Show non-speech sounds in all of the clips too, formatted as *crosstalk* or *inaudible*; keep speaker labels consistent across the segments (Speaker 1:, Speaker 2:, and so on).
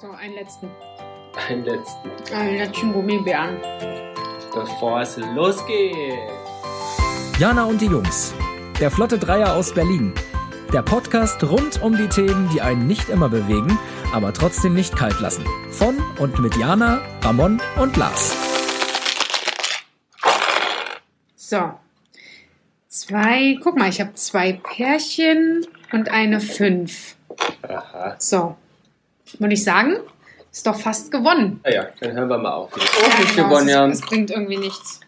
Speaker 1: So, einen letzten.
Speaker 2: Einen letzten,
Speaker 1: Einen letzten Gummibären.
Speaker 2: bevor es losgeht.
Speaker 3: Jana und die Jungs. Der Flotte Dreier aus Berlin. Der Podcast rund um die Themen, die einen nicht immer bewegen, aber trotzdem nicht kalt lassen. Von und mit Jana, Ramon und Lars.
Speaker 1: So. Zwei, guck mal, ich habe zwei Pärchen und eine Fünf.
Speaker 2: Aha.
Speaker 1: So. Würde ich sagen, ist doch fast gewonnen.
Speaker 2: Naja, Ah dann hören wir mal auf. Oh,
Speaker 1: Ja,
Speaker 2: nicht
Speaker 1: genau,
Speaker 2: gewonnen, ja.
Speaker 1: es, ist- es bringt irgendwie nichts.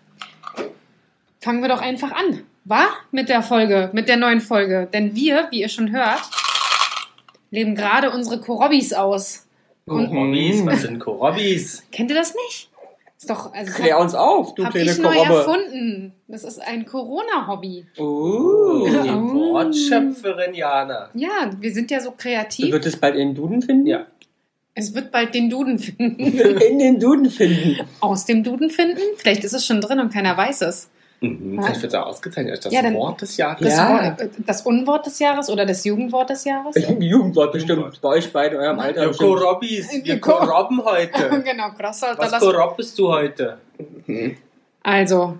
Speaker 1: Fangen wir doch einfach an, wa? Mit der Folge, mit der neuen Folge. Denn wir, wie ihr schon hört, leben gerade unsere Korobbis aus. Und-
Speaker 2: Mhm.
Speaker 4: hm,
Speaker 2: Korobbis, was sind Korobbis?
Speaker 1: Kennt ihr das nicht? Ist doch, also,
Speaker 4: Klär uns auf, du
Speaker 1: hab
Speaker 4: kleine
Speaker 1: ich neu
Speaker 4: Korobbe.
Speaker 1: erfunden. Das ist ein Corona-Hobby.
Speaker 2: Oh,
Speaker 4: Oh.
Speaker 1: *laughs*
Speaker 2: die
Speaker 1: Oh.
Speaker 2: Wortschöpferin Jana.
Speaker 1: Ja, wir sind ja so kreativ.
Speaker 4: Wird es bald in den Duden finden?
Speaker 2: Ja.
Speaker 1: es wird bald den Duden finden. *laughs*
Speaker 4: *laughs* In den Duden finden.
Speaker 1: Aus dem Duden finden? Vielleicht ist es schon drin und keiner weiß es.
Speaker 2: Mhm.
Speaker 1: Ja.
Speaker 2: Vielleicht wird da ausgezeichnet als das
Speaker 1: Ja, dann-
Speaker 2: Wort des Jahres.
Speaker 1: Das,
Speaker 4: Ja.
Speaker 1: Wort, äh, das Unwort des Jahres oder das Jugendwort des Jahres?
Speaker 4: Im
Speaker 2: Jugendwort.
Speaker 4: Jugendwort bestimmt. Bei euch beiden, eurem Alter.
Speaker 2: Wir
Speaker 4: bestimmt.
Speaker 2: Korobbis, wir
Speaker 1: Wir Kor-
Speaker 2: korobben
Speaker 1: *laughs*
Speaker 2: heute.
Speaker 1: *laughs* genau, krasser.
Speaker 2: Was korobbest du heute?
Speaker 1: Also,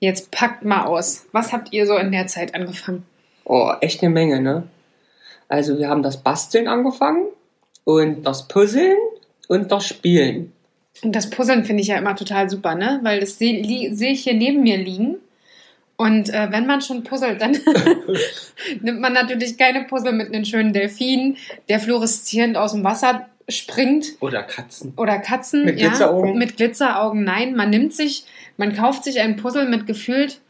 Speaker 1: jetzt packt mal aus. Was habt ihr so in der Zeit angefangen?
Speaker 4: Oh, echt eine Menge, ne? Also wir haben das Basteln angefangen und das Puzzeln und das Spielen.
Speaker 1: Und das Puzzeln finde ich ja immer total super, ne? Weil das sehe li- sehe ich hier neben mir liegen. Und äh, wenn man schon puzzelt, dann *laughs* nimmt man natürlich keine Puzzle mit einem schönen Delfin, der fluoreszierend aus dem Wasser springt.
Speaker 2: Oder Katzen.
Speaker 1: Oder Katzen.
Speaker 4: Mit Glitzeraugen.
Speaker 1: Mit Glitzeraugen, nein. Man nimmt sich, man kauft sich ein Puzzle mit gefühlt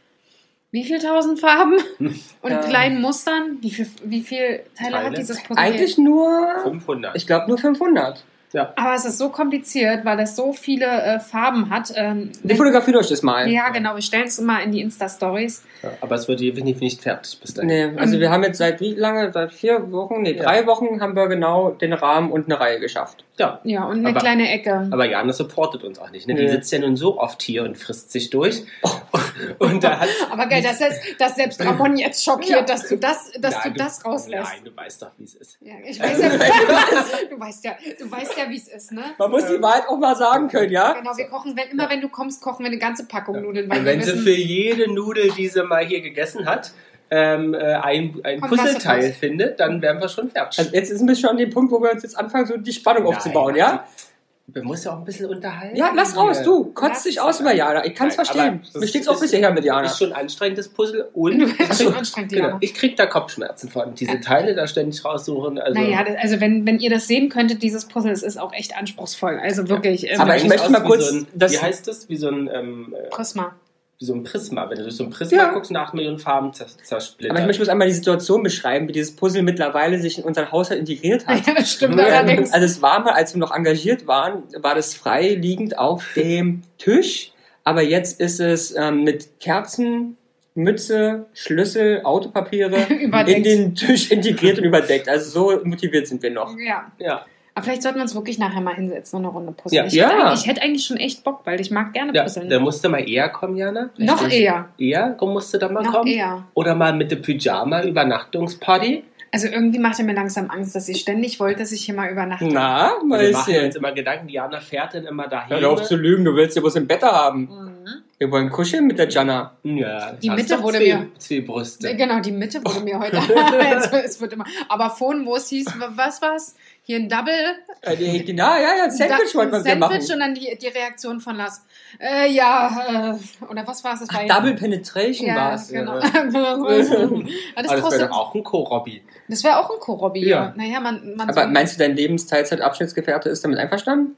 Speaker 1: wie viel tausend
Speaker 4: *laughs*
Speaker 1: Farben und
Speaker 4: Ja.
Speaker 1: kleinen Mustern. Wie viel, wie viel Teile,
Speaker 2: Teile?
Speaker 1: hat dieses Puzzle?
Speaker 4: Eigentlich nur,
Speaker 2: 500.
Speaker 4: ich glaube nur 500.
Speaker 1: Aber es ist so kompliziert, weil es so viele äh, Farben hat. Ähm,
Speaker 4: Wir fotografieren euch das mal.
Speaker 1: ja, genau. Wir stellen es immer in die Insta-Stories.
Speaker 2: Ja, aber es wird definitiv nicht fertig bis dahin.
Speaker 4: Nee, also wir haben jetzt seit wie lange? Seit vier Wochen? Nee,
Speaker 2: Ja.
Speaker 4: drei Wochen haben wir genau den Rahmen und eine Reihe geschafft.
Speaker 2: Ja.
Speaker 1: Ja, und eine
Speaker 2: Aber-
Speaker 1: kleine Ecke.
Speaker 2: Aber Jana supportet uns auch nicht. Ne? Die
Speaker 4: Nee.
Speaker 2: sitzt ja nun so oft hier und frisst sich durch. *laughs* Und da hat
Speaker 1: Aber geil, dass, das, dass selbst Ramon jetzt schockiert,
Speaker 4: Ja.
Speaker 1: dass du das, dass
Speaker 2: Nein,
Speaker 1: du das rauslässt.
Speaker 2: Nein, du weißt doch, wie es ist.
Speaker 1: Ja, ich weiß ja, du weißt ja, du weißt ja, wie es ist, ne?
Speaker 4: Man muss die Wahrheit auch mal sagen können, ja?
Speaker 1: Genau, wir kochen, wenn, immer wenn du kommst, kochen wir eine ganze Packung Nudeln, weil
Speaker 2: Und wenn
Speaker 1: wir
Speaker 2: sie
Speaker 1: wissen,
Speaker 2: für jede Nudel, die sie mal hier gegessen hat, ähm, äh, ein, ein
Speaker 1: Kommt was
Speaker 2: Puzzleteil
Speaker 1: raus.
Speaker 2: findet, dann wären wir schon fertig.
Speaker 4: Also jetzt sind wir schon an dem Punkt, wo wir uns jetzt anfangen, so die Spannung
Speaker 2: Nein.
Speaker 4: aufzubauen, ja?
Speaker 2: Man muss ja auch ein bisschen unterhalten.
Speaker 4: Ja, lass raus, du. Kotzt
Speaker 1: Lass
Speaker 4: dich
Speaker 1: es
Speaker 4: aus über Jana. Ich kann's
Speaker 2: Nein,
Speaker 4: verstehen.
Speaker 2: aber das
Speaker 4: Mir steht's auch
Speaker 2: ist-
Speaker 4: bisher her mit Jana.
Speaker 2: Ist schon anstrengendes Puzzle und
Speaker 1: du bist schon
Speaker 2: Also,
Speaker 1: anstrengend,
Speaker 2: genau,
Speaker 1: Jana.
Speaker 2: ich krieg da Kopfschmerzen von. Diese Teile da ständig raussuchen. Also,
Speaker 1: Naja, das- also wenn, wenn ihr das sehen könntet, dieses Puzzle, es ist auch echt anspruchsvoll. Also wirklich. ähm,
Speaker 4: Aber ich
Speaker 2: Eigentlich
Speaker 4: möchte
Speaker 2: aus
Speaker 4: mal
Speaker 2: wie
Speaker 4: kurz
Speaker 2: So ein,
Speaker 4: das-
Speaker 2: wie heißt das? Wie so ein, ähm, äh,
Speaker 1: Prisma.
Speaker 2: wie so ein Prisma. Wenn du durch so ein Prisma
Speaker 4: Ja.
Speaker 2: guckst und acht Millionen Farben zer zersplittert.
Speaker 4: Aber ich möchte bloß einmal die Situation beschreiben, wie dieses Puzzle mittlerweile sich in unseren Haushalt integriert hat.
Speaker 1: Ja, das stimmt
Speaker 2: *laughs* Ja.
Speaker 1: allerdings.
Speaker 4: Also es war mal, als wir noch engagiert waren, war das frei liegend auf dem Tisch. Aber jetzt ist es ähm, mit Kerzen, Mütze, Schlüssel,
Speaker 2: *laughs*
Speaker 4: Autopapiere
Speaker 1: Überdeckt.
Speaker 4: in den Tisch integriert und überdeckt. Also so motiviert sind wir noch.
Speaker 1: Ja.
Speaker 2: ja.
Speaker 1: Aber vielleicht sollten wir uns wirklich nachher mal hinsetzen und eine Runde puzzeln.
Speaker 2: Ja.
Speaker 1: ich,
Speaker 4: Ja.
Speaker 1: Hätte, eigentlich- ich hätte eigentlich schon echt Bock, weil ich mag gerne
Speaker 2: ja,
Speaker 1: puzzeln.
Speaker 2: da musst du mal eher kommen, Jana.
Speaker 1: Noch
Speaker 2: Richtig.
Speaker 1: eher.
Speaker 2: Eher musst du da mal
Speaker 1: Noch
Speaker 2: kommen.
Speaker 1: eher.
Speaker 2: Oder mal mit der Pyjama-Übernachtungsparty.
Speaker 1: Also irgendwie macht er mir langsam Angst, dass ich ständig wollte, dass ich hier mal übernachte.
Speaker 4: Na,
Speaker 2: Also Wir machen uns
Speaker 4: Mäuschen.
Speaker 2: immer Gedanken, Diana fährt dann immer dahin.
Speaker 4: Hör auf zu lügen, du willst ja bloß im Bett haben.
Speaker 1: Mhm.
Speaker 4: Wir wollen kuscheln mit der Jana.
Speaker 2: Hm, ja,
Speaker 1: Die
Speaker 2: hast
Speaker 1: Mitte
Speaker 2: doch
Speaker 1: wurde
Speaker 2: zwei,
Speaker 1: mir-
Speaker 2: Zwei Brüste.
Speaker 1: Genau, die Mitte wurde mir
Speaker 4: *laughs*
Speaker 1: heute. *laughs* Jetzt- es wird immer. Aber vorhin, wo es hieß, was war's? Hier ein Double,
Speaker 4: Äh, die- die- Na, ja, ja, ein Sandwich
Speaker 1: Da-
Speaker 4: wollten wir
Speaker 1: Sandwich
Speaker 4: machen.
Speaker 1: und dann die, die Reaktion von Lars. Äh, ja, äh, oder was war es? Das war ja-
Speaker 4: Double Penetration
Speaker 1: ja,
Speaker 4: war's.
Speaker 1: *laughs* Genau.
Speaker 2: ja.
Speaker 4: *laughs*
Speaker 1: Ja,
Speaker 2: Das,
Speaker 1: das
Speaker 2: ah, das wäre
Speaker 1: trotzdem,
Speaker 2: doch auch ein Korobbi.
Speaker 1: das wäre auch ein Korobi.
Speaker 2: Ja.
Speaker 1: Ja. Naja, man, man
Speaker 4: Aber meinst du, dein Lebensteilzeitabschnittsgefährte ist damit einverstanden?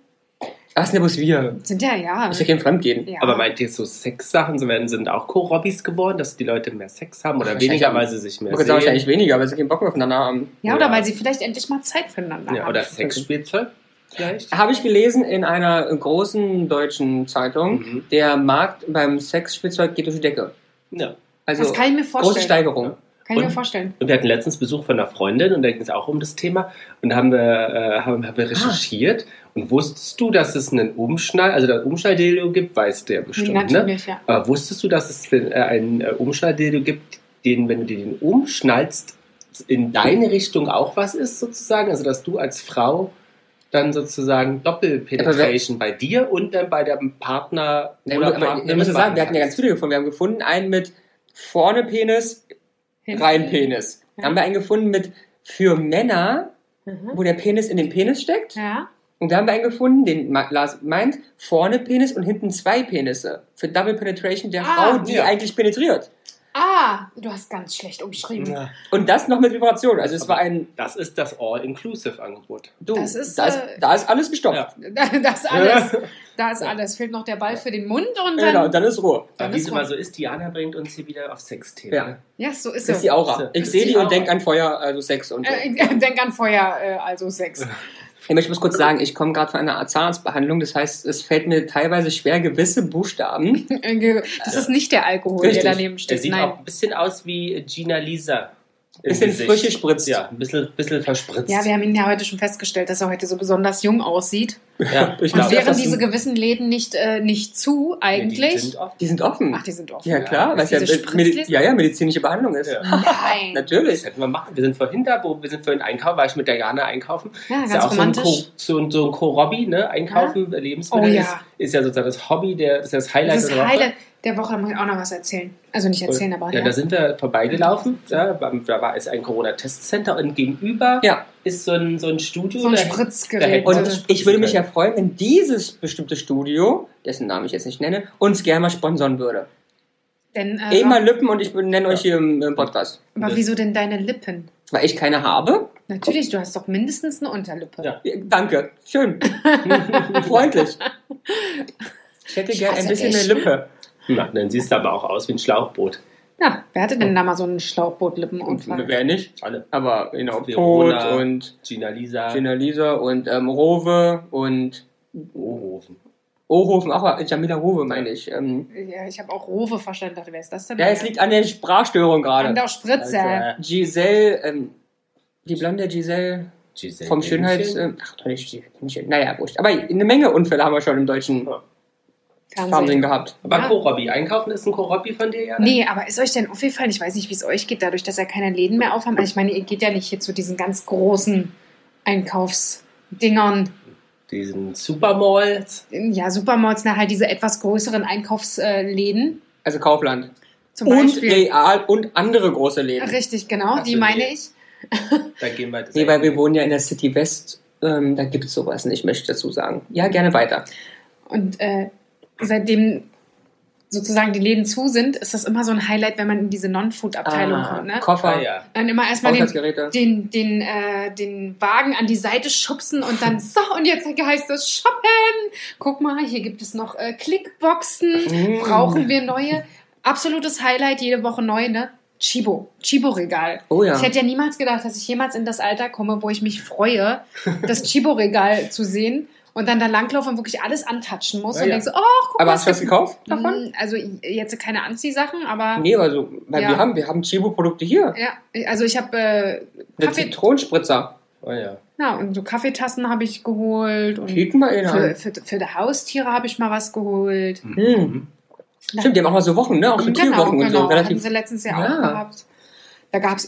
Speaker 4: Das sind ja bloß wir.
Speaker 1: sind ja ja.
Speaker 4: Ist ja kein Fremdgehen.
Speaker 1: ja.
Speaker 2: Aber meint ihr, so Sexsachen so werden- sind auch Korobbis geworden, dass die Leute mehr Sex haben oder
Speaker 4: Wahrscheinlich
Speaker 2: weniger,
Speaker 4: haben-
Speaker 2: weil sie sich mehr
Speaker 4: Man kann sagen,
Speaker 2: sehen?
Speaker 4: wahrscheinlich weniger, weil sie keinen Bock mehr aufeinander haben.
Speaker 1: ja, oder
Speaker 2: Ja.
Speaker 1: weil sie vielleicht endlich mal Zeit füreinander
Speaker 2: Ja,
Speaker 1: haben.
Speaker 2: oder Sexspielzeug vielleicht?
Speaker 4: Habe ich gelesen in einer großen deutschen Zeitung,
Speaker 2: Mhm.
Speaker 4: der Markt beim Sexspielzeug geht durch die Decke.
Speaker 2: Ja.
Speaker 4: Also
Speaker 1: das kann ich mir
Speaker 4: große
Speaker 1: vorstellen.
Speaker 4: Steigerung.
Speaker 1: Kann ich mir
Speaker 2: Und-
Speaker 1: vorstellen.
Speaker 2: Und wir hatten letztens Besuch von einer Freundin und da ging es auch um das Thema. Und da haben wir, äh, haben,
Speaker 4: Ah.
Speaker 2: haben wir recherchiert. Und wusstest du, dass es einen Umschnall, also einen Umschnalldildo gibt, weißt du ja bestimmt, ne?
Speaker 1: Natürlich, ja.
Speaker 2: Aber wusstest du, dass es äh, einen äh, Umschnalldildo gibt, den, wenn du dir den umschnallst, in deine Richtung auch was ist sozusagen? Also, dass du als Frau dann sozusagen Doppelpenetration bei dir und dann bei dem Partner
Speaker 4: Ja,
Speaker 2: oder
Speaker 4: aber, aber,
Speaker 2: Partnerin
Speaker 4: wir müssen sagen, wir hatten ja ganz
Speaker 2: beides.
Speaker 4: viele gefunden. Wir haben gefunden einen mit vorne Penis, rein Penis.
Speaker 1: Ja.
Speaker 4: Dann haben wir einen gefunden mit für Männer,
Speaker 1: Mhm.
Speaker 4: wo der Penis in den Penis steckt.
Speaker 1: Ja.
Speaker 4: Und da haben wir einen gefunden, den Ma- Lars meint, vorne Penis und hinten zwei Penisse. Für Double Penetration der
Speaker 1: Ah,
Speaker 4: Frau, die
Speaker 2: ja.
Speaker 4: eigentlich penetriert.
Speaker 1: Ah, du hast ganz schlecht umschrieben. *laughs*
Speaker 2: Ja.
Speaker 4: Und das noch mit Vibration. Also es
Speaker 2: Aber-
Speaker 4: war ein,
Speaker 2: Das ist das All-Inclusive-Angebot.
Speaker 4: du,
Speaker 1: Das ist,
Speaker 4: da, ist,
Speaker 1: äh,
Speaker 4: da ist alles gestoppt.
Speaker 2: Ja.
Speaker 1: Da
Speaker 2: *laughs*
Speaker 1: ist alles. Da ist alles. Fehlt noch der Ball für den Mund und dann.
Speaker 4: Genau, und dann ist Ruhe.
Speaker 1: Dann ist
Speaker 2: Aber wie es immer
Speaker 1: rum.
Speaker 2: so ist, Diana bringt uns hier wieder auf Sexthemen.
Speaker 4: Ja.
Speaker 2: ne?
Speaker 1: Ja, so ist es.
Speaker 4: Das ist die Aura. Ich
Speaker 1: ist
Speaker 4: sehe
Speaker 1: die
Speaker 4: die und
Speaker 1: Aura.
Speaker 4: denke an Feuer, also Sex und so.
Speaker 1: Äh, *laughs* ich- denk an Feuer, äh, also Sex. *laughs*
Speaker 4: Ich möchte bloß kurz sagen, ich komme gerade von einer Zahnarztbehandlung, das heißt, es fällt mir teilweise schwer, gewisse Buchstaben.
Speaker 1: Das ist nicht der Alkohol,
Speaker 4: Richtig.
Speaker 1: der daneben
Speaker 2: Er
Speaker 1: steht.
Speaker 2: sieht auch
Speaker 1: Nein.
Speaker 2: ein bisschen aus wie Gina Lisa. im
Speaker 4: Bisschen
Speaker 2: Gesicht.
Speaker 4: frische Spritz.
Speaker 2: Ja, ein bisschen, bisschen verspritzt.
Speaker 1: Ja, wir haben ihn ja heute schon festgestellt, dass er heute so besonders jung aussieht.
Speaker 2: Ja,
Speaker 4: *laughs* Ich
Speaker 1: Und
Speaker 4: glaube,
Speaker 1: wären
Speaker 4: das
Speaker 1: diese
Speaker 4: sind-
Speaker 1: gewissen Läden nicht, äh, nicht zu
Speaker 2: Die
Speaker 1: eigentlich.
Speaker 2: sind oft.
Speaker 4: Die sind offen.
Speaker 1: Ach, die sind offen.
Speaker 4: ja, klar,
Speaker 2: Ja,
Speaker 4: weil es ja,
Speaker 1: diese
Speaker 4: äh, Medi
Speaker 1: Spritzlisten?
Speaker 4: ja, ja medizinische Behandlung ist.
Speaker 2: Ja. *laughs*
Speaker 1: Nein.
Speaker 2: Das
Speaker 4: Natürlich.
Speaker 2: hätten wir machen. Wir sind vorhin da, wo wir sind vorhin einkaufen, war ich mit der Jana einkaufen.
Speaker 1: Ja,
Speaker 2: ist
Speaker 1: ganz
Speaker 2: ja auch so ein,
Speaker 1: romantisch.
Speaker 2: Co, so ein, so ein Co-Robby, ne? Einkaufen, Lebensmittel
Speaker 1: Oh ja.
Speaker 2: ist, ist ja sozusagen das Hobby, der, das ist das Highlight
Speaker 1: das ist
Speaker 2: der Woche.
Speaker 1: Highlight der Woche, da muss ich auch noch was erzählen. Also nicht erzählen, aber
Speaker 2: ja,
Speaker 1: ja.
Speaker 2: da sind wir vorbeigelaufen. Ja, beim- da war es ein Corona-Testcenter und gegenüber
Speaker 4: Ja,
Speaker 2: ist so ein, so ein Studio.
Speaker 1: so ein
Speaker 2: da- da
Speaker 1: Spritzgerät.
Speaker 2: hätten-
Speaker 4: und
Speaker 1: äh,
Speaker 2: Das-
Speaker 4: ich würde mich ja freuen, wenn dieses bestimmte Studio, dessen Namen ich jetzt nicht nenne, uns gerne mal sponsern würde.
Speaker 1: denn, äh,
Speaker 4: Ema Lippen und ich nenne euch hier im im Podcast.
Speaker 1: aber wieso denn deine Lippen?
Speaker 4: Weil ich keine habe.
Speaker 1: Natürlich, du hast doch mindestens eine Unterlippe.
Speaker 2: Ja.
Speaker 4: Danke. *laughs* Schön. Freundlich. Ich hätte gerne ein
Speaker 1: hasse
Speaker 4: bisschen mehr
Speaker 1: dich.
Speaker 4: Lippe.
Speaker 2: Na, dann siehst du aber auch aus wie ein Schlauchboot.
Speaker 1: Ja, wer hatte denn da mal so einen
Speaker 4: Und
Speaker 1: Schlauchboot-Lippenunfall?
Speaker 4: wer nicht?
Speaker 2: Alle.
Speaker 4: Aber genau, Tod
Speaker 2: Verona.
Speaker 4: und
Speaker 2: Gina Lisa,
Speaker 4: Gina Lisa und ähm, Rowe und
Speaker 2: Ohofen.
Speaker 4: Ohofen, ach, Jamila Rowe meine ich. Ähm,
Speaker 1: Ja, ich habe auch Rowe verstanden, dachte, wer ist das denn?
Speaker 4: ja, es liegt äh, an der Sprachstörung
Speaker 1: an
Speaker 4: gerade.
Speaker 1: der Spritze.
Speaker 2: Also,
Speaker 4: Giselle, ähm, die blonde Giselle
Speaker 2: Giselle
Speaker 4: vom Schönheits...
Speaker 2: Bündchen.
Speaker 4: Ähm, ach, doch nicht, Giselle Bündchen. naja, wurscht. Aber eine Menge Unfälle haben wir schon im deutschen Fernsehen gehabt.
Speaker 2: Aber
Speaker 1: Ja.
Speaker 2: Co-Robby, einkaufen ist ein Co-Robby von dir, ja?
Speaker 1: Nee, aber ist euch denn aufgefallen, ich weiß nicht, wie es euch geht, dadurch, dass ja keine Läden mehr aufhaben. Also, Ich meine, ihr geht ja nicht hier zu diesen ganz großen Einkaufsdingern.
Speaker 2: Diesen Supermalls.
Speaker 1: Ja, Supermalls, na halt diese etwas größeren Einkaufsläden.
Speaker 4: Also Kaufland.
Speaker 1: Zum
Speaker 4: Und
Speaker 1: Beispiel.
Speaker 4: Real und andere große Läden.
Speaker 1: Richtig, genau,
Speaker 2: Hast
Speaker 4: Also,
Speaker 1: die
Speaker 2: du
Speaker 1: meine
Speaker 2: die?
Speaker 1: ich.
Speaker 2: Da gehen wir.
Speaker 4: Nee, weil wir wohnen ja in der City West. Ähm, da gibt es sowas nicht, möchte ich dazu sagen.
Speaker 1: Mhm.
Speaker 4: Ja, gerne weiter.
Speaker 1: Und äh, seitdem sozusagen die Läden zu sind, ist das immer so ein Highlight, wenn man in diese Non-Food-Abteilung
Speaker 4: Ah,
Speaker 1: kommt. Ne?
Speaker 4: Koffer,
Speaker 2: Ah, ja.
Speaker 1: Dann immer erstmal den,
Speaker 4: Haushaltsgeräte.
Speaker 1: den, den, äh, den Wagen an die Seite schubsen und dann so, und jetzt heißt es shoppen. Guck mal, hier gibt es noch äh, Klickboxen.
Speaker 4: Mm.
Speaker 1: Brauchen wir neue? Absolutes Highlight, jede Woche neu, ne? Chibo, Chibo-Regal.
Speaker 4: Oh ja.
Speaker 1: Ich hätte ja niemals gedacht, dass ich jemals in das Alter komme, wo ich mich freue, das Chibo-Regal *laughs* zu sehen und dann da langlaufe und wirklich alles antatschen muss
Speaker 2: Ja,
Speaker 1: und
Speaker 2: ja.
Speaker 1: denk so, oh, guck mal.
Speaker 4: Aber hast du was
Speaker 1: es gibt-
Speaker 4: gekauft davon?
Speaker 1: Mm, Also jetzt keine Anziehsachen, aber
Speaker 4: Nee, aber so, weil
Speaker 1: Ja.
Speaker 4: wir haben, wir haben Chibo-Produkte hier.
Speaker 1: ja, also ich habe äh,
Speaker 4: Eine
Speaker 1: Kaffee-
Speaker 4: Zitronenspritzer.
Speaker 2: Oh, ja.
Speaker 1: Ja, und so Kaffeetassen habe ich geholt und
Speaker 4: Kicken wir ihn
Speaker 1: für,
Speaker 4: an.
Speaker 1: für, für die Haustiere habe ich mal was geholt.
Speaker 4: Hm. Stimmt, die haben auch mal so Wochen, ne? Auch
Speaker 1: Genau,
Speaker 4: so Tierwochen und so.
Speaker 1: Hatten sie
Speaker 4: Relativ.
Speaker 1: letztens ja,
Speaker 4: Ja.
Speaker 1: auch gehabt. Da gab es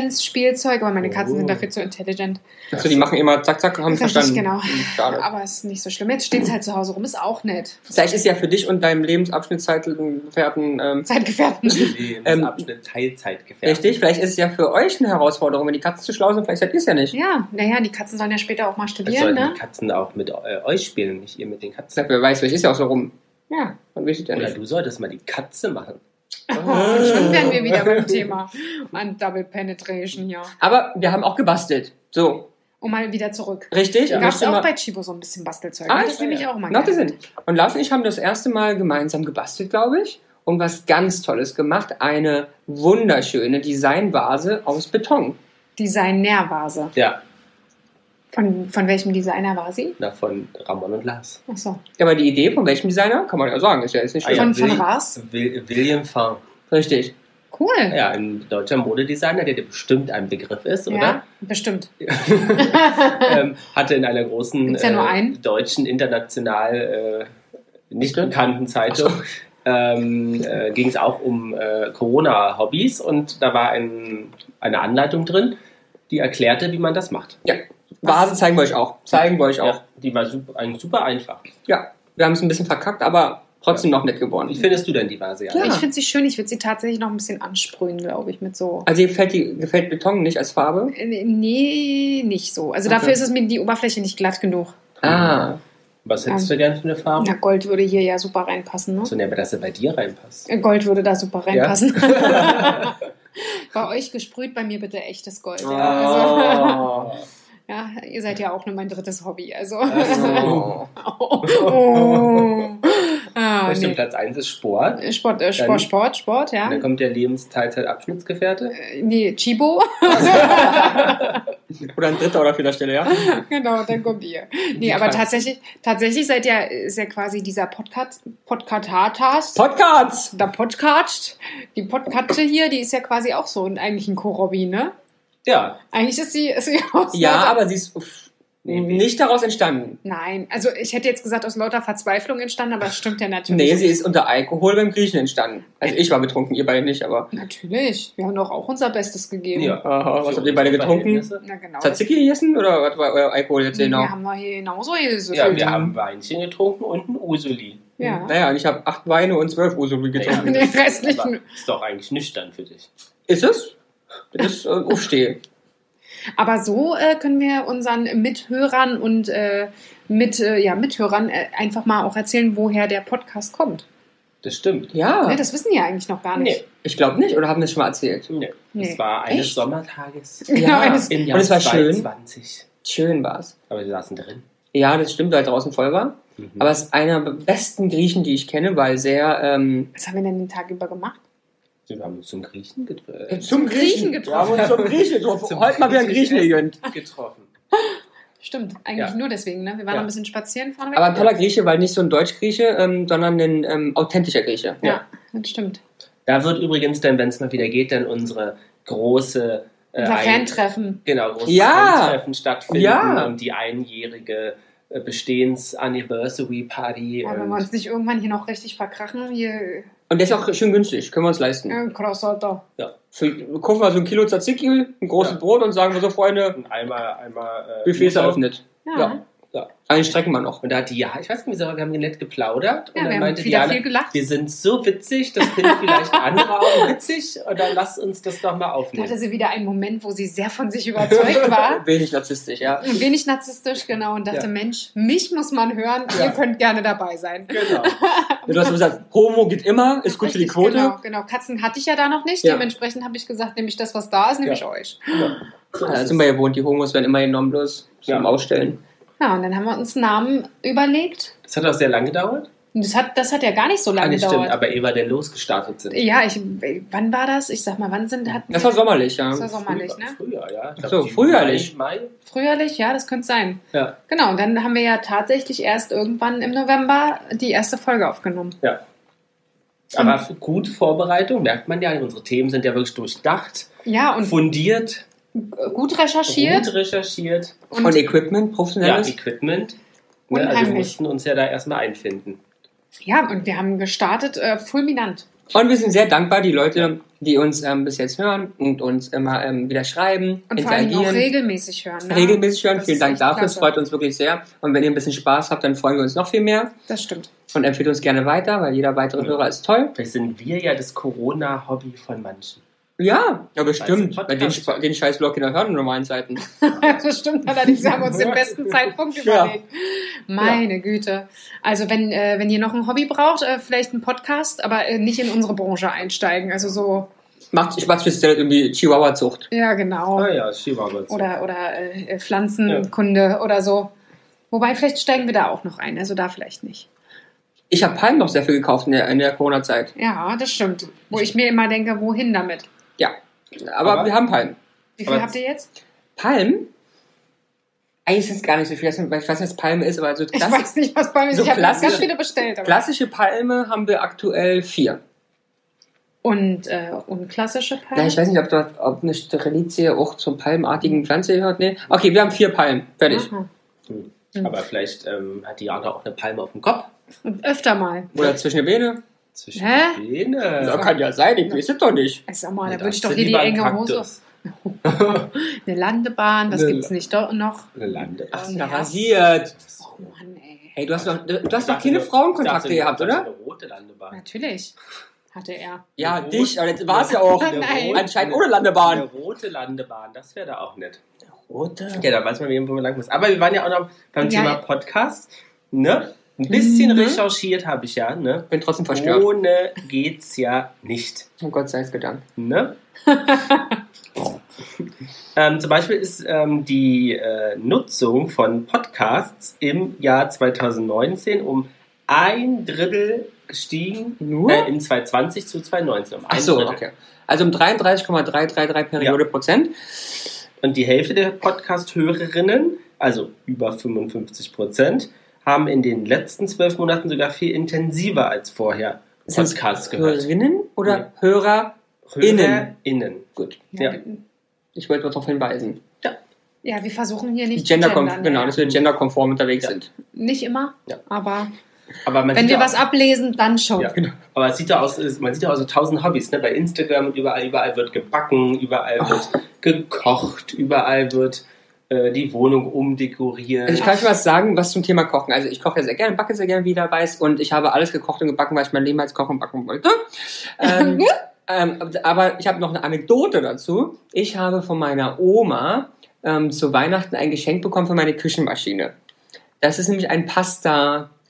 Speaker 1: Intelligence-Spielzeug, aber meine Katzen
Speaker 2: Oh.
Speaker 1: sind dafür zu intelligent.
Speaker 4: Also die machen immer zack, zack, haben
Speaker 1: Richtig,
Speaker 4: verstanden.
Speaker 1: genau.
Speaker 4: Hm, Schade.
Speaker 1: Aber ist nicht so schlimm. Jetzt steht es halt zu Hause rum, ist auch nett.
Speaker 4: Vielleicht ist ja für dich und deinem Lebensabschnittszeitgefährten ähm,
Speaker 1: Zeitgefährten.
Speaker 2: Ähm, Abschnitt Teilzeit gefährdet.
Speaker 4: richtig. Vielleicht ist es ja für euch eine Herausforderung, wenn die Katzen zu schlau sind. Vielleicht seid ihr es ja nicht.
Speaker 1: Ja, naja, die Katzen sollen ja später auch mal
Speaker 2: Das
Speaker 1: studieren,
Speaker 2: sollten
Speaker 1: ne?
Speaker 2: die Katzen auch mit äh, euch spielen, nicht ihr mit den Katzen.
Speaker 4: Vielleicht, wer weiß, vielleicht ist ja auch so rum.
Speaker 1: ne? Ja.
Speaker 4: Man wisst ja
Speaker 2: Oder
Speaker 4: nicht.
Speaker 2: du solltest mal die Katze machen.
Speaker 1: Oh, schon wären wir wieder beim Thema an Double Penetration hier.
Speaker 4: Aber wir haben auch gebastelt. So,
Speaker 1: Und mal wieder zurück.
Speaker 4: richtig?
Speaker 1: Gab es
Speaker 4: Möchte
Speaker 1: auch
Speaker 4: mal-
Speaker 1: bei Chibo so ein bisschen Bastelzeug.
Speaker 4: Ah,
Speaker 1: ne?
Speaker 4: ich-
Speaker 1: das nehme ich auch mal
Speaker 4: Macht
Speaker 1: gerne.
Speaker 4: Sinn. Und Lars und ich haben das erste Mal gemeinsam gebastelt, glaube ich, und was ganz Tolles gemacht. Eine wunderschöne Designvase aus Beton.
Speaker 1: Designervase.
Speaker 2: Ja,
Speaker 1: Von, von welchem Designer war sie?
Speaker 2: na, von Ramon und Lars.
Speaker 1: Achso.
Speaker 4: Aber die Idee von welchem Designer, kann man ja sagen, ist ja jetzt nicht
Speaker 2: Ah, ja.
Speaker 4: schwer.
Speaker 1: Von, von
Speaker 2: Willi-
Speaker 1: Raas?
Speaker 2: Will, William Fang.
Speaker 4: Richtig.
Speaker 1: Cool. Ja,
Speaker 2: Ja, ein deutscher Modedesigner, der dir bestimmt ein Begriff ist, oder?
Speaker 1: bestimmt.
Speaker 2: Ähm, hatte in einer großen
Speaker 1: Gibt's ja nur
Speaker 2: äh,
Speaker 1: einen.
Speaker 2: deutschen, international äh, nicht bekannten Zeitung. Ähm, äh, ging es auch um äh, Corona-Hobbys und da war ein, eine Anleitung drin, die erklärte, wie man das macht.
Speaker 4: Ja. Vase zeigen wir euch auch. Zeigen wir euch auch.
Speaker 2: Ja, die war super, ein- super einfach.
Speaker 4: Ja, wir haben es ein bisschen verkackt, aber trotzdem noch nett geworden.
Speaker 2: Wie findest du denn die Vase, Jana?
Speaker 4: Ja.
Speaker 1: Ich finde sie schön. Ich würde sie tatsächlich noch ein bisschen ansprühen, glaube ich, mit so.
Speaker 4: Also dir gefällt, die, gefällt Beton nicht als Farbe?
Speaker 1: Äh, Nee, nicht so. Also
Speaker 4: Okay.
Speaker 1: dafür ist es mir die Oberfläche nicht glatt genug.
Speaker 4: Ah,
Speaker 2: Was hättest du gern für eine Farbe?
Speaker 1: Ja, Gold würde hier ja super reinpassen, ne?
Speaker 2: So, nee, aber dass er bei dir reinpasst.
Speaker 1: Äh, Gold würde da super
Speaker 2: Ja? *laughs*
Speaker 1: reinpassen. bei euch gesprüht, bei mir bitte echtes Gold. Ja. Also,
Speaker 2: Ah.
Speaker 4: Oh.
Speaker 1: ja, ihr seid ja auch nur mein drittes Hobby. Also.
Speaker 2: Ah.
Speaker 1: *laughs*
Speaker 4: Oh.
Speaker 1: Oh. Oh. Ah,
Speaker 2: Möchte
Speaker 1: nee.
Speaker 2: Platz 1 ist Sport.
Speaker 1: Sport, äh,
Speaker 2: Dann-
Speaker 1: Sport, Sport, Sport, ja.
Speaker 2: Und dann kommt der Lebensteilzeitabschnittsgefährte.
Speaker 1: Äh, Nee, Chibo. *laughs*
Speaker 4: Oder ein dritter oder vierter Stelle, ja?
Speaker 1: genau, dann kommt ihr. Nee, aber tatsächlich, tatsächlich seid ihr, ist ja quasi dieser Podcast, Podcast,
Speaker 4: Podcasts!
Speaker 1: da Podcast, die Podcaste hier, die ist ja quasi auch so und eigentlich ein Korobi, ne?
Speaker 2: Ja.
Speaker 1: Eigentlich ist sie, ist sie aus
Speaker 4: Ja,
Speaker 1: lauter-
Speaker 4: aber sie ist uff, nicht daraus entstanden.
Speaker 1: Nein, also ich hätte jetzt gesagt, aus lauter Verzweiflung entstanden, aber das stimmt ja natürlich.
Speaker 4: Nee, sie ist unter Alkohol beim Griechen entstanden. Also ich war betrunken, ihr beide nicht, aber
Speaker 1: Natürlich. Wir haben doch auch unser Bestes gegeben.
Speaker 2: ja.
Speaker 4: Aha, was habt ihr beide getrunken?
Speaker 2: Verhältnisse?
Speaker 1: Na genau.
Speaker 4: Tzatziki gegessen oder was war euer Alkohol jetzt genau?
Speaker 1: Wir haben doch hier genauso gesüffelt.
Speaker 2: Ja, wir haben Weinchen getrunken und ein Usuli.
Speaker 1: *laughs* Ja.
Speaker 4: Naja, ich habe acht Weine und zwölf Usubi
Speaker 2: Naja,
Speaker 4: getrunken.
Speaker 1: Nee,
Speaker 2: das-
Speaker 1: restlichen-
Speaker 2: aber Ist doch eigentlich nüchtern für dich.
Speaker 4: Ist es? Das *laughs* ist äh, Aufsteh.
Speaker 1: Aber so äh, können wir unseren Mithörern und äh, mit, äh, ja, Mithörern äh, einfach mal auch erzählen, woher der Podcast kommt.
Speaker 2: Das stimmt.
Speaker 1: Ne,
Speaker 4: Ja,
Speaker 1: das wissen die ja eigentlich noch gar nicht.
Speaker 4: ich glaube nicht, oder haben wir es schon mal erzählt?
Speaker 2: Nee.
Speaker 1: Nee.
Speaker 2: Es war eines
Speaker 4: Echt?
Speaker 2: Sommertages
Speaker 1: Genau,
Speaker 4: *laughs* Ja,
Speaker 1: das-
Speaker 2: im
Speaker 4: und
Speaker 2: Jahr
Speaker 4: es war schön.
Speaker 2: 22.
Speaker 4: Schön war's.
Speaker 2: Aber wir saßen drin.
Speaker 4: Ja, das stimmt, weil draußen voll war.
Speaker 2: Mhm.
Speaker 4: Aber es ist einer der besten Griechen, die ich kenne, weil sehr ähm,
Speaker 1: Was haben wir denn den Tag über gemacht?
Speaker 2: wir haben uns zum Griechen getroffen.
Speaker 1: Zum Griechen getroffen.
Speaker 4: Ja, aber zum Griechen getroffen.
Speaker 2: Zum
Speaker 4: Heute halt mal wieder ein
Speaker 2: griechischen
Speaker 4: Griechen gegönnt.
Speaker 2: getroffen.
Speaker 1: Stimmt, eigentlich
Speaker 2: Ja.
Speaker 1: nur deswegen, ne? Wir waren
Speaker 2: Ja.
Speaker 1: ein bisschen spazieren vorne.
Speaker 4: Aber ein toller Grieche, weil nicht so ein Deutsch-Grieche, ähm, sondern ein ähm, authentischer Grieche.
Speaker 1: ja, das stimmt.
Speaker 2: Da wird übrigens dann, wenn es mal wieder geht, dann unsere große äh,
Speaker 1: Unser
Speaker 2: ein-
Speaker 1: Fantreffen.
Speaker 2: genau, große
Speaker 4: Ja.
Speaker 2: Fantreffen stattfinden
Speaker 4: Ja.
Speaker 2: und die einjährige äh, Bestehens-Anniversary-Party.
Speaker 1: Ja, wenn wir
Speaker 2: und
Speaker 1: uns nicht irgendwann hier noch richtig verkrachen, hier
Speaker 4: Und der ist auch schön günstig, können wir uns leisten.
Speaker 1: äh, Crossotter.
Speaker 4: Für, wir kaufen mal so ein Kilo Tzatziki, ein großes
Speaker 2: Ja.
Speaker 4: Brot und sagen wir so, Freunde,
Speaker 2: und einmal, einmal äh,
Speaker 4: Buffet ist eröffnet.
Speaker 1: Ja,
Speaker 4: Ja.
Speaker 1: ja,
Speaker 4: Einen strecken wir noch.
Speaker 2: Und da hat die, ja, ich weiß nicht, wieso, aber wir haben nett geplaudert. und
Speaker 1: wir
Speaker 2: dann
Speaker 1: haben
Speaker 2: meinte
Speaker 1: wieder
Speaker 2: die Jana,
Speaker 1: viel gelacht.
Speaker 2: wir sind so witzig, das finden vielleicht andere auch witzig. Oder lass uns das doch mal
Speaker 1: Da hatte
Speaker 2: aufnehmen.
Speaker 1: sie wieder einen Moment, wo sie sehr von sich überzeugt war.
Speaker 4: Wenig narzisstisch, ja.
Speaker 1: Ein wenig narzisstisch, genau, und dachte,
Speaker 2: Ja.
Speaker 1: Mensch, mich muss man hören,
Speaker 2: Ja.
Speaker 1: ihr könnt gerne dabei sein. *laughs*
Speaker 2: Genau.
Speaker 4: Du hast gesagt, Homo geht immer, ist gut für die
Speaker 1: Richtig,
Speaker 4: Quote.
Speaker 1: Genau, genau, Katzen hatte ich ja da noch nicht,
Speaker 4: Ja.
Speaker 1: dementsprechend habe ich gesagt, nehme ich das, was da ist, nehme
Speaker 2: Ja.
Speaker 1: ich euch.
Speaker 2: So
Speaker 4: Da
Speaker 2: ist
Speaker 4: sind
Speaker 2: es.
Speaker 4: wir gewohnt, die Homos werden immer genommen, bloß zum
Speaker 2: Ja.
Speaker 4: Ausstellen.
Speaker 1: Ja, und dann haben wir uns einen Namen überlegt.
Speaker 2: das hat auch sehr lange gedauert.
Speaker 1: Und das hat, das hat ja gar nicht so
Speaker 2: Ah,
Speaker 1: lange
Speaker 2: nee, stimmt,
Speaker 1: gedauert.
Speaker 2: aber ehe wir denn losgestartet sind.
Speaker 1: Ja, ich, wann war das? Ich sag mal, wann sind, hatten
Speaker 4: Das war sommerlich, ja.
Speaker 1: Das war sommerlich, ne?
Speaker 2: Früher, ja. Ich glaub,
Speaker 4: So,
Speaker 2: die
Speaker 4: früherlich.
Speaker 2: Mai, Mai.
Speaker 1: Früherlich, ja, das könnte sein.
Speaker 2: Ja.
Speaker 1: Genau, und dann haben wir ja tatsächlich erst irgendwann im November die erste Folge aufgenommen.
Speaker 2: Aber für gute Vorbereitung, merkt man ja, unsere Themen sind ja wirklich durchdacht,
Speaker 1: Ja, und
Speaker 2: fundiert,
Speaker 1: gut recherchiert.
Speaker 2: gut recherchiert.
Speaker 1: Und,
Speaker 4: Und Equipment,
Speaker 2: Ja,
Speaker 4: professionelles.
Speaker 2: Equipment. Ne,
Speaker 1: Unheimlich.
Speaker 2: also wir mussten uns ja da erstmal einfinden.
Speaker 1: ja, und wir haben gestartet äh, fulminant.
Speaker 4: Und wir sind sehr dankbar, die Leute, die uns ähm, bis jetzt hören und uns immer ähm, wieder schreiben,
Speaker 1: Und vor allem auch
Speaker 4: interagieren.
Speaker 1: regelmäßig hören. Ne?
Speaker 4: Regelmäßig hören.
Speaker 1: Das
Speaker 4: Vielen
Speaker 1: ist
Speaker 4: Dank
Speaker 1: echt
Speaker 4: dafür. Es
Speaker 1: klasse.
Speaker 4: freut uns wirklich sehr. Und wenn ihr ein bisschen Spaß habt, dann freuen wir uns noch viel mehr.
Speaker 1: Das stimmt. *laughs*
Speaker 4: Und empfehlt uns gerne weiter, weil jeder weitere Hörer ist toll.
Speaker 2: Vielleicht sind wir ja das Corona-Hobby von manchen.
Speaker 4: Ja,
Speaker 2: Scheiße,
Speaker 4: ja bestimmt.
Speaker 2: Podcast.
Speaker 4: Bei den, Spa- den scheiß Blog in der hören in normalen Zeiten.
Speaker 1: Das stimmt allerdings. Wir haben uns den besten Zeitpunkt
Speaker 4: Ja.
Speaker 1: überlegt. Meine Güte. Also wenn, äh, wenn ihr noch ein Hobby braucht, äh, vielleicht einen Podcast, aber äh, nicht in unsere Branche einsteigen. Also so,
Speaker 4: Macht Spaß speziell irgendwie Chihuahua-Zucht.
Speaker 1: ja genau.
Speaker 2: Ah ja, Chihuahua.
Speaker 1: Oder, oder äh, Pflanzenkunde oder so. Wobei, vielleicht steigen wir da auch noch ein. Also da vielleicht nicht.
Speaker 4: Ich habe Palmen noch sehr viel gekauft in der, in der Corona-Zeit.
Speaker 1: Ja, das stimmt. Wo ich mir immer denke, wohin damit?
Speaker 4: Aber,
Speaker 2: Aber-
Speaker 4: wir haben Palmen.
Speaker 1: Wie viel
Speaker 2: Aber-
Speaker 1: habt ihr jetzt?
Speaker 4: Palmen? Eigentlich sind es gar nicht so viel. Ich weiß nicht, was Palme ist, aber so
Speaker 1: Ich
Speaker 4: klass
Speaker 1: weiß nicht, was bei mir ist.
Speaker 4: so
Speaker 1: ich habe
Speaker 4: klassische-
Speaker 1: ganz viele bestellt. Aber.
Speaker 4: klassische Palme haben wir aktuell vier.
Speaker 1: Und äh, unklassische Palmen?
Speaker 4: Ja, ich weiß nicht, ob, dort, ob eine Strelizie auch zur palmartigen Pflanze gehört. Nee. Okay, wir haben vier Palmen. Fertig.
Speaker 1: Aha.
Speaker 2: Hm. Aber vielleicht ähm, hat die Jana auch eine Palme auf dem Kopf.
Speaker 1: Und öfter mal.
Speaker 4: Oder zwischen den Beine.
Speaker 2: Zwischen
Speaker 1: Hä?
Speaker 2: den Beinen.
Speaker 4: Ja, kann ja sein, ich weiß es doch nicht.
Speaker 1: Sag mal,
Speaker 2: Nee,
Speaker 1: da
Speaker 2: da
Speaker 1: würde ich
Speaker 2: hast
Speaker 1: doch
Speaker 2: du
Speaker 1: hier die
Speaker 2: lieber einen
Speaker 1: enge Hose.
Speaker 2: Kaktus.
Speaker 1: Eine Landebahn, was
Speaker 2: Eine
Speaker 1: gibt's nicht dort noch?
Speaker 2: Eine Lande.
Speaker 1: Ach,
Speaker 4: da
Speaker 1: ja.
Speaker 4: rasiert.
Speaker 1: Oh Mann, ey.
Speaker 4: Hey, du hast doch, du hast doch keine Frauenkontakte gehabt, oder?
Speaker 2: Eine rote Landebahn.
Speaker 1: Natürlich hatte er.
Speaker 4: Ja,
Speaker 2: Eine
Speaker 4: dich,
Speaker 2: rote-
Speaker 4: aber jetzt war es ja
Speaker 1: *laughs*
Speaker 4: auch.
Speaker 1: Nein.
Speaker 4: Anscheinend ohne Landebahn.
Speaker 2: Eine rote Landebahn, das wäre da auch nett.
Speaker 4: Rote.
Speaker 2: Ja, da weiß man, eben, wo man lang muss. Aber wir waren ja auch noch beim
Speaker 1: Ja.
Speaker 2: Thema Podcast. Ne? Ein bisschen
Speaker 1: Mhm.
Speaker 2: recherchiert habe ich ja. Ne?
Speaker 4: Ich bin trotzdem verstört.
Speaker 2: Ohne geht's ja nicht.
Speaker 4: Oh Gott sei es gedankt. *laughs*
Speaker 2: Ne? ähm, zum Beispiel ist ähm, die äh, Nutzung von Podcasts im Jahr 2019 um ein Drittel gestiegen.
Speaker 4: Nur?
Speaker 2: Äh, in 2020 zu 2019. Um ein
Speaker 4: Ach so,
Speaker 2: Drittel.
Speaker 4: okay. Also um 33,333 Periode Prozent.
Speaker 2: Und die Hälfte der Podcast-Hörerinnen, also über 55 Prozent, haben in den letzten zwölf Monaten sogar viel intensiver als vorher
Speaker 4: Sind's
Speaker 2: Podcasts gehört.
Speaker 4: Hörerinnen oder
Speaker 2: Nee.
Speaker 4: Hörer? Hörerinnen?
Speaker 2: Hörerinnen.
Speaker 4: Gut,
Speaker 2: Ja.
Speaker 4: ich wollte mal darauf hinweisen.
Speaker 1: Ja, wir versuchen hier
Speaker 4: Die
Speaker 1: nicht
Speaker 4: Gender
Speaker 1: gendern,
Speaker 4: genau,
Speaker 1: ja.
Speaker 4: dass wir genderkonform unterwegs
Speaker 2: Ja.
Speaker 4: sind.
Speaker 1: Nicht immer,
Speaker 2: Ja.
Speaker 1: aber
Speaker 2: Aber man
Speaker 1: wenn
Speaker 2: sieht
Speaker 1: wir
Speaker 2: ja
Speaker 1: was ablesen, dann schon.
Speaker 2: Ja, genau. aber es sieht ja aus, es- man sieht ja auch so tausend Hobbys, ne? Bei Instagram und überall, überall wird gebacken, überall wird gekocht, überall wird äh, die Wohnung umdekoriert.
Speaker 4: Also ich kann euch was sagen, was zum Thema Kochen. Also ich koche ja sehr gerne, backe sehr gerne, wie ihr weiß. Und ich habe alles gekocht und gebacken, weil ich mein Leben als Kochen backen
Speaker 1: *laughs*
Speaker 4: wollte.
Speaker 1: Mhm.
Speaker 4: Ähm, ähm, aber ich habe noch eine Anekdote dazu. Ich habe von meiner Oma ähm, zu Weihnachten ein Geschenk bekommen für meine Küchenmaschine. Das ist nämlich ein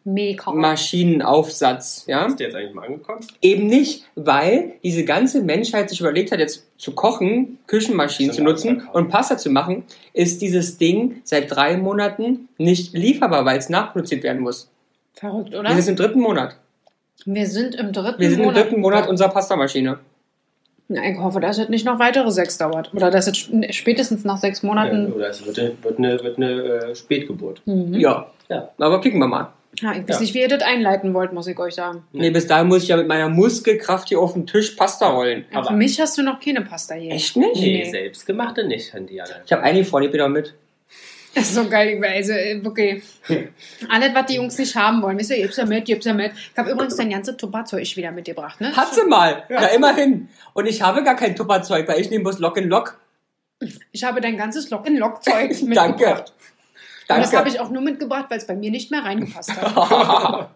Speaker 1: Mega.
Speaker 4: Pasta-Maschinenaufsatz. Ja?
Speaker 2: Hast du jetzt eigentlich mal angekommen?
Speaker 4: Eben nicht, weil diese ganze Menschheit sich überlegt hat, jetzt zu kochen, Küchenmaschinen
Speaker 2: Schon
Speaker 4: zu nutzen
Speaker 2: ausverkauft.
Speaker 4: und Pasta zu machen, ist dieses Ding seit drei Monaten nicht lieferbar, weil es nachproduziert werden muss.
Speaker 1: Verrückt,
Speaker 4: Wir
Speaker 1: oder?
Speaker 4: sind im dritten Monat.
Speaker 1: Wir sind im Ne? dritten
Speaker 4: Wir sind im
Speaker 1: Monat.
Speaker 4: dritten Monat unserer Pastamaschine.
Speaker 1: Na, ich hoffe, dass es nicht noch weitere sechs dauert. Oder dass es sp- spätestens nach sechs
Speaker 2: Ja,
Speaker 1: Monaten.
Speaker 2: oder es wird, wird eine, wird eine äh, Spätgeburt.
Speaker 1: Mhm.
Speaker 4: Ja.
Speaker 2: Ja.
Speaker 4: Aber kicken wir mal.
Speaker 1: Ja, Ah, ich weiß
Speaker 2: Ja.
Speaker 1: nicht, wie ihr das einleiten wollt, muss ich euch sagen.
Speaker 2: Mhm.
Speaker 4: Nee, bis dahin muss ich ja mit meiner Muskelkraft hier auf dem Tisch Pasta rollen.
Speaker 1: Ja, Für
Speaker 2: Aber-
Speaker 1: mich hast du noch keine Pasta hier.
Speaker 4: Echt nicht?
Speaker 2: Nee,
Speaker 1: Nee.
Speaker 2: selbstgemachte nicht, Handiana.
Speaker 4: Ich habe einige Freunde, ich bin da mit.
Speaker 1: Das ist so geil, also äh,
Speaker 4: *laughs*
Speaker 1: wirklich. Alles, was die Jungs nicht haben wollen. Wisst ihr, gibt's ja mit, gibt's ja mit. Ich habe übrigens dein ganze Tupperzeug wieder mitgebracht, ne?
Speaker 4: Hat sie mal. Ja, immerhin. Und ich habe gar kein Tupperzeug, weil ich nehme bloß Lock in Lock.
Speaker 1: Ich habe dein ganzes Lock-in-Lock-Zeug mitgebracht.
Speaker 4: *laughs* Danke.
Speaker 1: Und das habe
Speaker 4: Danke.
Speaker 1: ich auch nur mitgebracht, weil es bei mir nicht mehr reingepasst hat.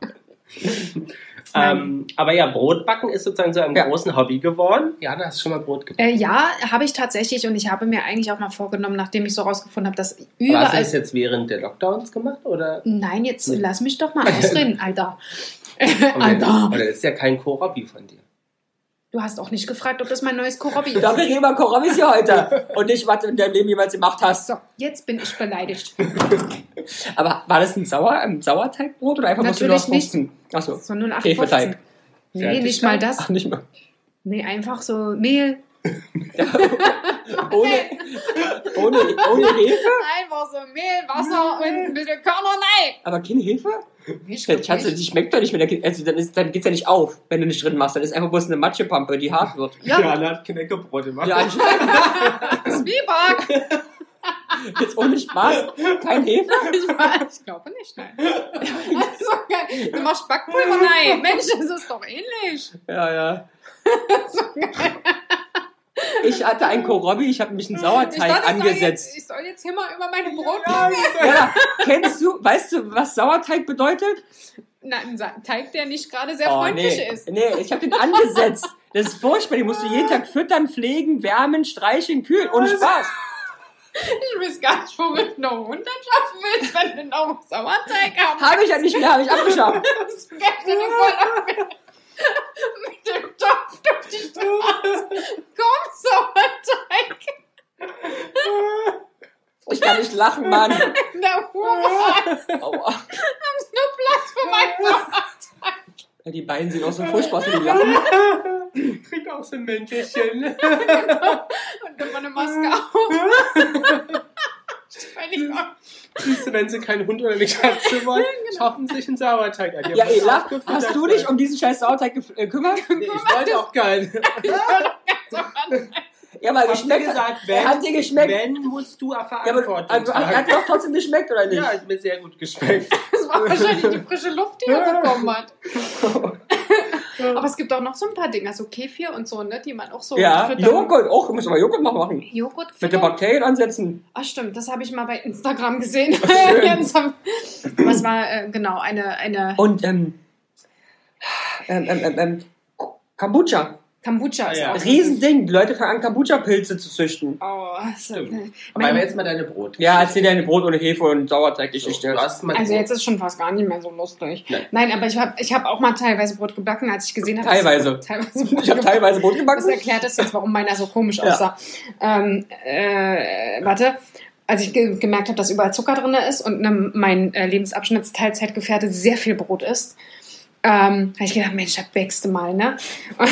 Speaker 2: Ähm, aber ja, Brotbacken ist sozusagen so ein
Speaker 4: Ja.
Speaker 2: großen Hobby geworden. Jana, hast du schon mal Brot gebacken?
Speaker 1: Äh, ja, habe ich tatsächlich und ich habe mir eigentlich auch mal vorgenommen, nachdem ich so rausgefunden habe, dass
Speaker 2: Aber hast du das
Speaker 1: Äh, überall.
Speaker 2: jetzt während der Lockdowns gemacht? Oder?
Speaker 1: Nein, jetzt
Speaker 2: Nee.
Speaker 1: lass mich doch mal ausreden, Alter. Äh,
Speaker 2: Oder,
Speaker 1: Alter.
Speaker 2: oder ist ja kein Kohlrabi von dir.
Speaker 1: Du hast auch nicht gefragt, ob das mein neues
Speaker 2: *laughs*
Speaker 1: Korobi ist.
Speaker 4: Dafür reden wir Koramis hier heute. Und nicht, was du in deinem Leben jemals gemacht hast.
Speaker 1: So, jetzt bin ich beleidigt.
Speaker 4: Aber war das ein, Sauer, ein Sauerteigbrot oder einfach
Speaker 1: Natürlich nicht.
Speaker 4: Achso.
Speaker 2: *laughs*
Speaker 1: So 0815.
Speaker 4: Hefeteig.
Speaker 1: Nee, nicht mal
Speaker 4: Ach,
Speaker 1: das.
Speaker 4: nicht mal.
Speaker 1: Nee, einfach so Mehl.
Speaker 4: Ohne, ohne, ohne Hefe?
Speaker 1: Einfach so Mehl, Wasser und ein bisschen Körnerei.
Speaker 4: Aber keine Hefe?
Speaker 1: Ich glaub
Speaker 4: Schatz,
Speaker 1: nicht.
Speaker 4: die schmeckt doch nicht mehr. Also, dann, ist, dann geht's ja nicht auf, wenn du nicht drin machst. Dann ist einfach bloß eine Matschepampe, die hart wird.
Speaker 1: Ja,
Speaker 2: hat Knäckebrot gemacht.
Speaker 4: Ja, anscheinend.
Speaker 2: *laughs*
Speaker 1: Zwieback.
Speaker 4: *laughs* Jetzt ohne Spaß. Kein Hefe?
Speaker 1: Ich, war- ich glaube nicht, nein. *laughs* Das ist doch geil. Du machst Backpulver? Nein. Mensch, das ist doch ähnlich.
Speaker 4: Ja, ja. Ich hatte ein Kohlrabi, ich habe mich einen
Speaker 1: Ich
Speaker 4: Sauerteig
Speaker 1: dachte, ich
Speaker 4: angesetzt.
Speaker 1: Soll jetzt, ich soll jetzt hier mal über meine Brot.
Speaker 4: Ja, kennst du, weißt du, was Sauerteig bedeutet?
Speaker 1: Nein, ein Teig, der nicht gerade sehr
Speaker 4: Oh,
Speaker 1: freundlich
Speaker 4: nee.
Speaker 1: ist. *laughs*
Speaker 4: Nee, ich habe den angesetzt. Das ist furchtbar, den musst du jeden Tag füttern, pflegen, wärmen, streichen, kühlen. Ohne Spaß.
Speaker 1: Ich weiß gar nicht, womit du noch runterschaffen willst, wenn du noch Sauerteig hast.
Speaker 4: Habe ich ja nicht mehr, habe ich abgeschafft.
Speaker 1: Das ist geil, wenn du voll auf- mit dem Topf durch die Straße.
Speaker 4: *laughs*
Speaker 1: Komm, Sauerteig
Speaker 4: Ich kann nicht lachen, Mann.
Speaker 1: in der Uhr.
Speaker 4: Aua.
Speaker 1: halt Nur Platz für
Speaker 4: *laughs*
Speaker 1: meinen Sauerteig.
Speaker 4: Ja, Die beiden sehen auch so furchtbar aus, wenn die lachen.
Speaker 2: Kriegt auch so ein Mäntelchen.
Speaker 1: Und immer eine Maske
Speaker 4: *laughs*
Speaker 1: auf. *laughs* Ich weiß nicht, ob-
Speaker 2: Siehst du, wenn sie keinen Hund oder eine
Speaker 1: *laughs*
Speaker 2: Katze wollen,
Speaker 1: genau.
Speaker 2: schaffen sie sich einen Sauerteig an.
Speaker 4: Ja, ey, lach. Hast du dich um diesen scheiß Sauerteig äh, gekümmert?
Speaker 2: Nee, ich wollte auch keinen.
Speaker 4: Ja, weil
Speaker 2: Hab dir
Speaker 4: geschmeckt
Speaker 2: gesagt,
Speaker 4: Er
Speaker 2: wenn,
Speaker 4: hat dir geschmeckt.
Speaker 2: wenn musst du
Speaker 4: Ja, aber
Speaker 2: Verantwortung
Speaker 4: also, hat hat
Speaker 2: tragen.
Speaker 4: dir doch trotzdem geschmeckt, oder nicht?
Speaker 2: Ja, hat mir sehr gut geschmeckt.
Speaker 4: *laughs*
Speaker 1: Das war wahrscheinlich die frische Luft, die er bekommen hat. Aber es gibt auch noch so ein paar Dinger, so Kefir und so, ne, die man auch so
Speaker 4: ja,
Speaker 1: füttern-
Speaker 4: Joghurt. Auch, müssen wir Joghurt mal machen.
Speaker 1: Joghurt
Speaker 4: Mit der
Speaker 1: füttern?
Speaker 4: Bakterien ansetzen.
Speaker 1: Ach stimmt, das habe ich mal bei Instagram gesehen. *laughs*
Speaker 4: schön.
Speaker 1: Jens hab- Was war äh, genau eine, eine
Speaker 4: Und, ähm, ähm, ähm, ähm, ähm Kombucha.
Speaker 1: Kombucha ist
Speaker 2: Ah, ja.
Speaker 1: auch.
Speaker 4: Riesending. Die Leute fangen an, Kombucha-Pilze zu züchten.
Speaker 1: Oh, so,
Speaker 2: Stimmt. Aber
Speaker 1: mein,
Speaker 2: jetzt mal deine Brot.
Speaker 4: Ja, erzähl deine Brot ohne Hefe und Sauerteig-Geschichte.
Speaker 2: du hast mal
Speaker 1: also
Speaker 2: Brot.
Speaker 1: jetzt ist schon fast gar nicht mehr so lustig.
Speaker 2: Nein.
Speaker 1: Nein, aber ich habe ich hab auch mal teilweise Brot gebacken, als ich gesehen habe. dass-
Speaker 4: Teilweise.
Speaker 1: Teilweise Brot
Speaker 4: Ich habe
Speaker 1: gebacken.
Speaker 4: teilweise Brot
Speaker 1: Das
Speaker 4: gebacken.
Speaker 1: erklärt das jetzt, warum meiner so komisch
Speaker 4: Ja.
Speaker 1: aussah. Ähm, äh, warte. Als ich ge gemerkt habe, dass überall Zucker drin ist und ne, mein äh, Lebensabschnittsteilzeitgefährte sehr viel Brot isst, ähm, habe ich gedacht, Mensch, da backst du mal, ne? Und,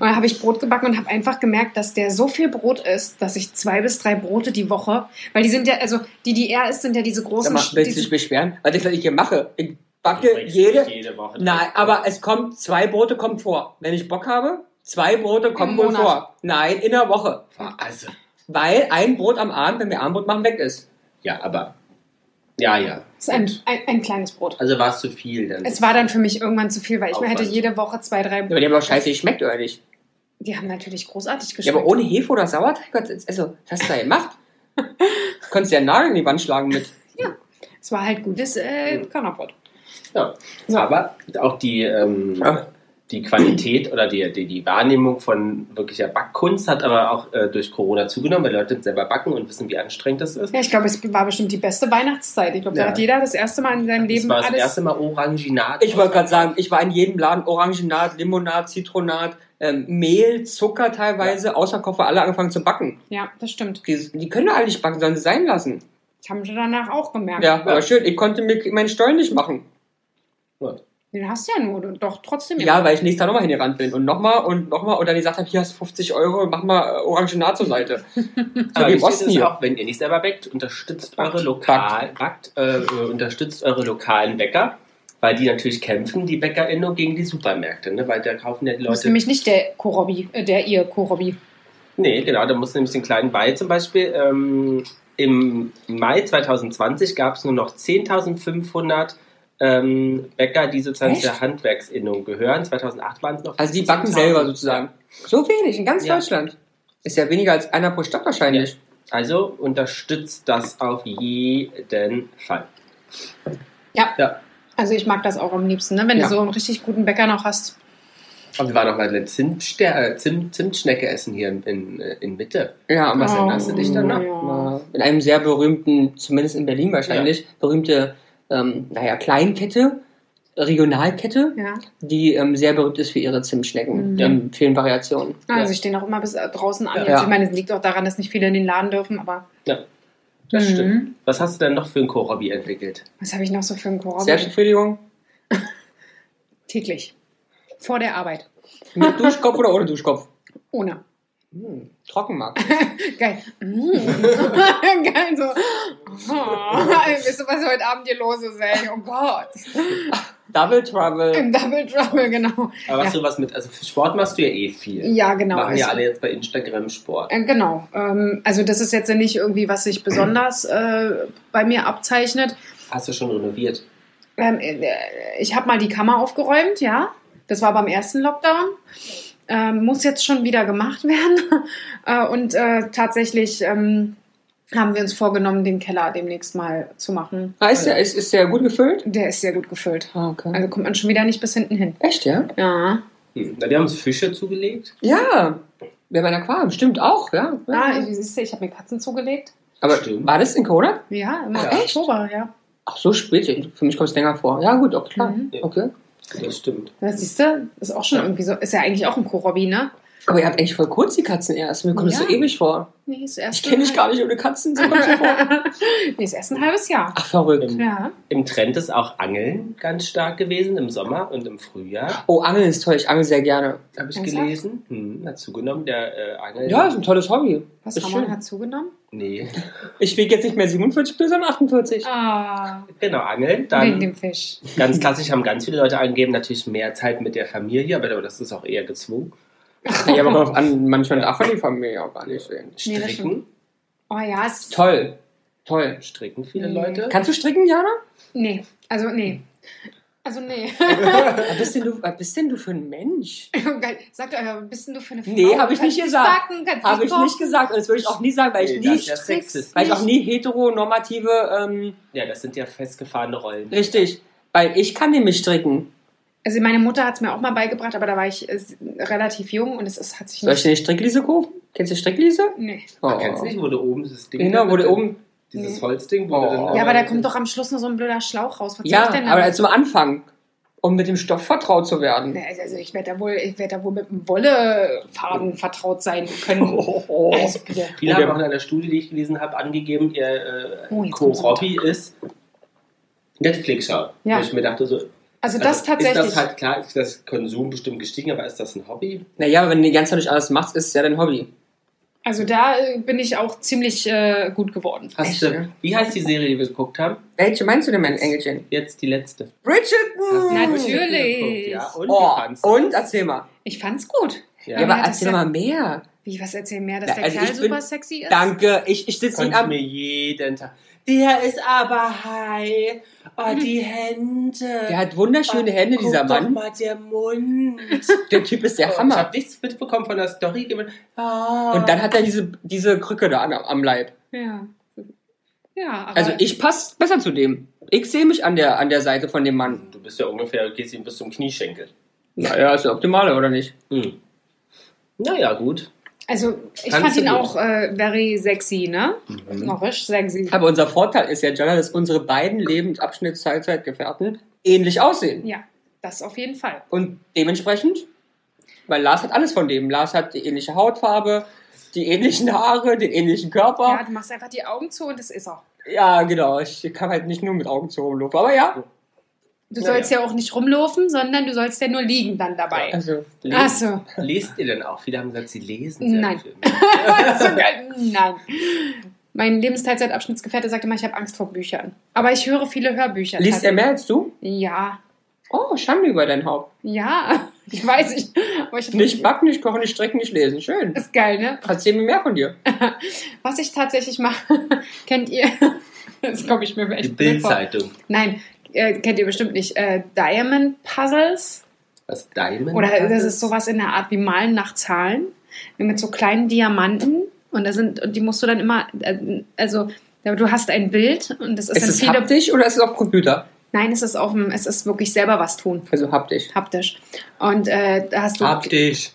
Speaker 1: dann habe ich Brot gebacken und habe einfach gemerkt, dass der so viel Brot isst, dass ich zwei bis drei Brote die Woche, weil die sind ja, also die, die er isst, sind ja diese
Speaker 4: Sag
Speaker 1: großen...
Speaker 4: mal, willst du dich
Speaker 1: diese,
Speaker 4: beschweren? Was ich hier mache? Ich
Speaker 2: Du
Speaker 4: backe
Speaker 2: bringst
Speaker 4: jede,
Speaker 2: nicht jede Woche.
Speaker 4: Nein, aber es kommt, zwei Brote kommen vor. Wenn ich Bock habe, zwei Brote kommen
Speaker 1: Im
Speaker 4: wohl
Speaker 1: Monat.
Speaker 4: vor. Nein, in der Woche.
Speaker 2: Also,
Speaker 4: Weil ein Brot am Abend, wenn wir Abendbrot machen, weg ist.
Speaker 2: ja, aber. Ja, ja.
Speaker 1: ist ein, ein, ein kleines Brot.
Speaker 2: Also war es zu viel dann.
Speaker 1: Es war dann für mich irgendwann zu viel, weil ich mir hätte
Speaker 2: Aufwand.
Speaker 1: jede Woche zwei, drei
Speaker 4: Ja, Aber
Speaker 1: Brote...
Speaker 4: die haben doch scheiße geschmeckt, oder nicht?
Speaker 1: Die haben natürlich großartig
Speaker 4: Ja,
Speaker 1: geschmeckt.
Speaker 4: aber ohne Hefe oder Sauerteig, Gott, also, was hast du
Speaker 1: *laughs*
Speaker 4: da gemacht? Konntest ja einen Nagel in die Wand schlagen mit.
Speaker 1: Es war halt gutes äh, Körnerbrot.
Speaker 2: Ja.
Speaker 1: So.
Speaker 2: Aber auch die, ähm,
Speaker 4: Ah.
Speaker 2: die Qualität oder die, die, die Wahrnehmung von wirklicher Backkunst hat aber auch äh, durch Corona zugenommen, weil Leute selber backen und wissen, wie anstrengend das ist.
Speaker 1: Ja, ich glaube, es war bestimmt die beste Weihnachtszeit. Ich glaube,
Speaker 2: Ja.
Speaker 1: da hat jeder das erste Mal in seinem
Speaker 2: Das
Speaker 1: Leben
Speaker 2: war das
Speaker 1: alles.
Speaker 2: erste Mal Oranginat.
Speaker 4: Ich wollte gerade sagen, ich war in jedem Laden Orangenat, Limonat, Zitronat, ähm, Mehl, Zucker teilweise, außer Koffer, alle angefangen zu backen.
Speaker 1: Ja, das stimmt.
Speaker 4: Die, die können doch alle nicht backen, sollen sie sein lassen.
Speaker 1: Das haben wir danach auch gemerkt.
Speaker 4: Ja, aber schön, ich konnte mir meinen Stollen nicht machen.
Speaker 1: Den hast du ja nur, du- doch trotzdem.
Speaker 4: Ja, weil ich nächstes Jahr nochmal hingerannt bin und nochmal und nochmal und dann gesagt habe, hier hast du 50 Euro, mach mal äh, Orangenat zur Seite.
Speaker 2: Aber
Speaker 4: So wie im
Speaker 2: wichtig
Speaker 4: Osten
Speaker 2: ist
Speaker 4: hier.
Speaker 2: auch, wenn ihr nicht selber backt, unterstützt
Speaker 4: Backt.
Speaker 2: eure lokal, backt, äh, äh, unterstützt eure lokalen Bäcker, weil die natürlich kämpfen, die BäckerInnen gegen die Supermärkte, ne? weil da kaufen ja die
Speaker 1: Das ist
Speaker 2: Leute.
Speaker 1: nämlich nicht der Korobi, äh, der ihr Korobi.
Speaker 2: Nee, genau, da muss nämlich den kleinen Bei zum Beispiel. Ähm, Im Mai 2020 gab es nur noch 10.500 ähm, Bäcker, die sozusagen
Speaker 4: Echt?
Speaker 2: zur Handwerksinnung gehören. 2008 waren es noch.
Speaker 4: Also die backen
Speaker 2: 15.000.
Speaker 4: selber sozusagen. So wenig in ganz
Speaker 2: Ja.
Speaker 4: Deutschland. Ist ja weniger als einer pro Stadt wahrscheinlich.
Speaker 2: Also unterstützt das auf jeden Fall.
Speaker 1: Ja.
Speaker 2: Ja.
Speaker 1: Also ich mag das auch am liebsten, ne? wenn
Speaker 4: Ja.
Speaker 1: du so einen richtig guten Bäcker noch hast.
Speaker 2: Und wir waren auch mal eine Zimtster äh, Zimt Zimtschnecke essen hier in, in, äh, in Mitte.
Speaker 4: Ja, und was
Speaker 1: Oh,
Speaker 4: erinnerst du dich danach?
Speaker 1: ja.
Speaker 4: In einem sehr berühmten, zumindest in Berlin wahrscheinlich, berühmte, ähm, naja, Kleinkette, Regionalkette,
Speaker 1: Ja.
Speaker 4: die ähm, sehr berühmt ist für ihre Zimtschnecken
Speaker 1: Mhm.
Speaker 4: in vielen Variationen.
Speaker 1: Also sie stehen auch immer bis äh, draußen an.
Speaker 2: Ja.
Speaker 1: Jetzt, ich meine, es liegt auch daran, dass nicht viele in den Laden dürfen, aber.
Speaker 2: Ja, das
Speaker 1: Mhm.
Speaker 2: stimmt. Was hast du denn noch für ein Kohlrabi entwickelt?
Speaker 1: Was habe ich noch so für einen Korobi?
Speaker 4: Selbstbefriedigung?
Speaker 1: Täglich. Vor der Arbeit. *laughs*
Speaker 4: Mit Duschkopf oder ohne Duschkopf?
Speaker 1: Ohne.
Speaker 4: Hm, Trockenmark.
Speaker 2: *laughs*
Speaker 1: Geil. *laughs* Mm. Geil, so. Oh, wisst ihr, was heute Abend hier los ist, ey? Oh
Speaker 2: *laughs*
Speaker 1: Gott.
Speaker 4: Double Trouble.
Speaker 1: Im Double Trouble, genau.
Speaker 2: Aber hast
Speaker 1: Ja.
Speaker 2: du was mit, also Sport machst du ja eh viel.
Speaker 1: Ja, genau.
Speaker 2: Machen ja
Speaker 1: Also,
Speaker 2: alle jetzt bei Instagram Sport.
Speaker 1: äh, Genau. Ähm, Also das ist jetzt nicht irgendwie, was sich besonders äh, bei mir abzeichnet.
Speaker 2: Hast du schon renoviert?
Speaker 1: Ähm, äh, Ich habe mal die Kammer aufgeräumt, ja. Das war beim ersten Lockdown. Ähm, muss jetzt schon wieder gemacht *laughs* werden. Äh, Und äh, tatsächlich ähm, haben wir uns vorgenommen, den Keller demnächst mal zu machen.
Speaker 4: Ah, ist, der, ist, ist der gut gefüllt?
Speaker 1: Der ist sehr gut gefüllt.
Speaker 4: Ah, okay.
Speaker 1: Also kommt man schon wieder nicht bis hinten hin.
Speaker 4: Echt, ja?
Speaker 1: Ja.
Speaker 2: Hm. Na, wir haben uns Fische zugelegt.
Speaker 4: Ja. Wir haben ein Aquarium, stimmt auch, ja.
Speaker 1: Ah, ich, siehst du, ich habe mir Katzen zugelegt.
Speaker 4: Aber
Speaker 2: Stimmt.
Speaker 4: war das in Corona?
Speaker 1: Ja, im
Speaker 2: Ja.
Speaker 1: Oktober, ja.
Speaker 4: Ach, so spät. Für mich kommt es länger vor. Ja, gut, okay, klar.
Speaker 1: Mhm.
Speaker 4: Okay.
Speaker 2: Das stimmt.
Speaker 1: Das siehst du, ist auch schon irgendwie so. Ist ja eigentlich auch ein Kohlrobby, ne?
Speaker 4: Aber ihr habt eigentlich voll kurz die Katzen erst. Mir kommt es
Speaker 1: Ja.
Speaker 4: so ewig vor.
Speaker 1: Nee, ist
Speaker 4: Ich
Speaker 1: erst
Speaker 4: kenne dich gar nicht ohne Katzen. So kommt mir *laughs* vor.
Speaker 1: *laughs* nee, ist erst ein halbes Jahr.
Speaker 4: Ach, verrückt.
Speaker 2: Im,
Speaker 1: Ja.
Speaker 2: Im Trend ist auch Angeln ganz stark gewesen, im Sommer und im Frühjahr.
Speaker 4: Oh, Angeln ist toll. Ich angel sehr gerne.
Speaker 2: Habe ich
Speaker 1: Ernsthaft?
Speaker 2: gelesen. Hm, hat zugenommen, der äh, Angel.
Speaker 4: Ja, ist ein tolles Hobby.
Speaker 1: Was
Speaker 4: Ist
Speaker 1: Ramon
Speaker 4: schön.
Speaker 1: hat zugenommen?
Speaker 2: Nee.
Speaker 4: Ich wiege jetzt nicht mehr 47 Kilo, sondern 48.
Speaker 1: Ah,
Speaker 2: Genau, Angeln.
Speaker 1: wegen
Speaker 2: Dann
Speaker 1: dem Fisch.
Speaker 2: ganz klassisch haben ganz viele Leute angegeben, natürlich mehr Zeit mit der Familie, aber das ist auch eher gezwungen.
Speaker 4: Ja, aber kommt drauf an, manchmal darf man die Familie auch gar nicht sehen.
Speaker 1: Nee, das
Speaker 2: Stricken.
Speaker 1: Oh ja, ist.
Speaker 4: Toll. Toll.
Speaker 2: Stricken viele
Speaker 1: Mhm.
Speaker 2: Leute.
Speaker 4: *laughs* Kannst du stricken, Jana?
Speaker 1: Nee, also nee. Also *laughs* nee.
Speaker 4: Was bist denn du, was bist denn du für ein Mensch?
Speaker 1: Geil. Sagt euch, was bist denn du für eine Frau?
Speaker 4: Nee, hab ich
Speaker 1: Kannst
Speaker 4: nicht
Speaker 1: du
Speaker 4: gesagt.
Speaker 1: backen, kannst
Speaker 4: Habe
Speaker 1: du
Speaker 4: ich
Speaker 1: kochen?
Speaker 4: nicht gesagt. Und das würde ich auch nie sagen, weil ich
Speaker 2: Nee, das
Speaker 4: nie,
Speaker 2: ist ja sexistisch.
Speaker 4: weil ich auch nie heteronormative, ähm,
Speaker 2: Ja, das sind ja festgefahrene Rollen.
Speaker 4: richtig, weil ich kann nämlich stricken.
Speaker 1: Also meine Mutter hat es mir auch mal beigebracht, aber da war ich äh, relativ jung und es ist, hat sich
Speaker 4: Soll ich
Speaker 1: nicht...
Speaker 4: dir eine Strickliese kaufen? Kennst du Strickliese?
Speaker 1: Nee.
Speaker 2: Oh. Kennst du nicht, wo du oben dieses Ding...
Speaker 4: Genau, wo du oben
Speaker 2: Dieses Holzding, wo
Speaker 4: Oh.
Speaker 2: du dann...
Speaker 1: Ja, aber da kommt doch am Schluss nur so ein blöder Schlauch raus. Was soll
Speaker 4: Ja,
Speaker 1: ich denn da?
Speaker 4: aber also- zum Anfang, um mit dem Stoff vertraut zu werden.
Speaker 1: Nee, also ich werde da wohl, ich werde da wohl mit dem Wollefaden vertraut sein können.
Speaker 4: *laughs* Oh, oh, oh.
Speaker 1: Also bitte.
Speaker 2: Viele
Speaker 4: Ja,
Speaker 2: haben
Speaker 4: aber-
Speaker 2: auch in einer Studie, die ich gelesen habe, angegeben, ihr äh,
Speaker 1: Oh, jetzt kommt's
Speaker 2: Co-Hobby ist Netflix schauen.
Speaker 1: Ja.
Speaker 2: Wo ich mir dachte so...
Speaker 1: Also das
Speaker 2: also
Speaker 1: tatsächlich.
Speaker 2: Ist das halt klar, ist das Konsum bestimmt gestiegen, aber ist das ein Hobby?
Speaker 4: *laughs* Naja, aber wenn du die ganze Zeit nicht alles machst, ist es ja dein Hobby.
Speaker 1: also da äh, bin ich auch ziemlich äh, gut geworden.
Speaker 2: Hast
Speaker 4: Echt,
Speaker 2: du,
Speaker 4: ja?
Speaker 2: wie heißt die Serie, die wir geguckt haben?
Speaker 4: Welche meinst du denn, mein Engelchen?
Speaker 2: Jetzt die letzte. Hast du
Speaker 4: Bridgerton!
Speaker 1: Ah. Natürlich.
Speaker 2: geguckt? Ja, und
Speaker 4: Oh,
Speaker 2: wie fandst du?
Speaker 4: und erzähl mal.
Speaker 1: Ich fand's gut.
Speaker 2: Ja.
Speaker 4: Ja,
Speaker 1: Ja,
Speaker 4: aber
Speaker 1: das
Speaker 4: erzähl
Speaker 1: ist
Speaker 4: doch
Speaker 1: ja-
Speaker 4: mal mehr.
Speaker 1: Wie, was erzähl mehr, dass
Speaker 4: Ja,
Speaker 1: der
Speaker 4: also
Speaker 1: Kerl
Speaker 4: ich bin-
Speaker 1: super sexy ist?
Speaker 4: Danke, ich, ich sitze ihn
Speaker 2: Konnte ich
Speaker 4: am...
Speaker 2: mir jeden Tag. Der ist aber high. Oh, die Hände.
Speaker 4: Mhm. Der hat wunderschöne Hände, dieser Mann.
Speaker 2: mal der Mund.
Speaker 4: *laughs* Der Typ ist der
Speaker 2: Oh, Ich
Speaker 4: Hammer.
Speaker 2: habe nichts mitbekommen von der Story. Und
Speaker 4: Und
Speaker 2: dann
Speaker 4: dann hat er diese, diese Krücke da am, am Leib.
Speaker 1: Ja. Ja, aber
Speaker 4: Also ich passe besser zu dem. Ich sehe mich an der, an der Seite von dem Mann.
Speaker 2: Du bist ja ungefähr, gehst ihm bis zum Knieschenkel.
Speaker 4: Naja, ist der optimale, oder nicht?
Speaker 2: Hm. Naja, gut.
Speaker 1: Also, ich fand
Speaker 2: Kannst du
Speaker 1: ihn
Speaker 2: gut.
Speaker 1: auch äh, very sexy, ne?
Speaker 4: Mhm.
Speaker 1: Noch richtig sexy.
Speaker 4: Aber unser Vorteil ist ja, Jana, dass unsere beiden Lebensabschnittszeitzeitgefährten ähnlich aussehen.
Speaker 1: Ja, das auf jeden Fall.
Speaker 4: Und dementsprechend, weil Lars hat alles von dem. Lars hat die ähnliche Hautfarbe, die ähnlichen Haare, den ähnlichen
Speaker 1: Ja,
Speaker 4: Körper.
Speaker 1: du machst einfach die Augen zu und das ist er.
Speaker 4: Ja, genau. Ich kann halt nicht nur mit Augen zu rumlaufen, aber ja.
Speaker 1: Du
Speaker 2: Ja,
Speaker 1: sollst ja. auch nicht rumlaufen, sondern du sollst ja nur liegen dann dabei.
Speaker 4: Also,
Speaker 1: Ach so.
Speaker 2: Lest ihr denn auch? Viele haben gesagt, sie lesen sehr
Speaker 1: Nein.
Speaker 2: viel.
Speaker 1: so geil. *laughs* Nein. Mein Lebensteilzeitabschnittsgefährte sagte immer, ich habe Angst vor Büchern. Aber ich höre viele Hörbücher.
Speaker 4: liest er mehr als du?
Speaker 1: Ja.
Speaker 4: Oh, Schande über dein Haupt.
Speaker 1: Ja. *laughs* Ich weiß nicht. Aber ich
Speaker 4: Nicht backen, nicht kochen, nicht stricken, nicht lesen. Schön.
Speaker 1: Ist geil, ne?
Speaker 4: Erzähl mir mehr von dir.
Speaker 1: Was ich tatsächlich mache, *laughs* kennt ihr. Jetzt komme ich mir echt
Speaker 2: Die
Speaker 1: blöd vor.
Speaker 2: Bildzeitung.
Speaker 1: Nein, äh, kennt ihr bestimmt nicht. Äh, Diamond Puzzles.
Speaker 2: Was Diamond?
Speaker 1: Oder das ist sowas in der Art wie Malen nach Zahlen. Mit so kleinen Diamanten. Und da sind, und die musst du dann immer, äh, also du hast ein Bild und das ist,
Speaker 4: Ist
Speaker 1: dann
Speaker 4: es
Speaker 1: viele.
Speaker 4: haptisch oder ist es auf Computer?
Speaker 1: Nein, es ist auf dem, es ist wirklich selber was tun.
Speaker 4: Also
Speaker 1: *laughs*
Speaker 4: haptisch.
Speaker 1: Haptisch. Und äh, da hast du.
Speaker 2: Haptisch.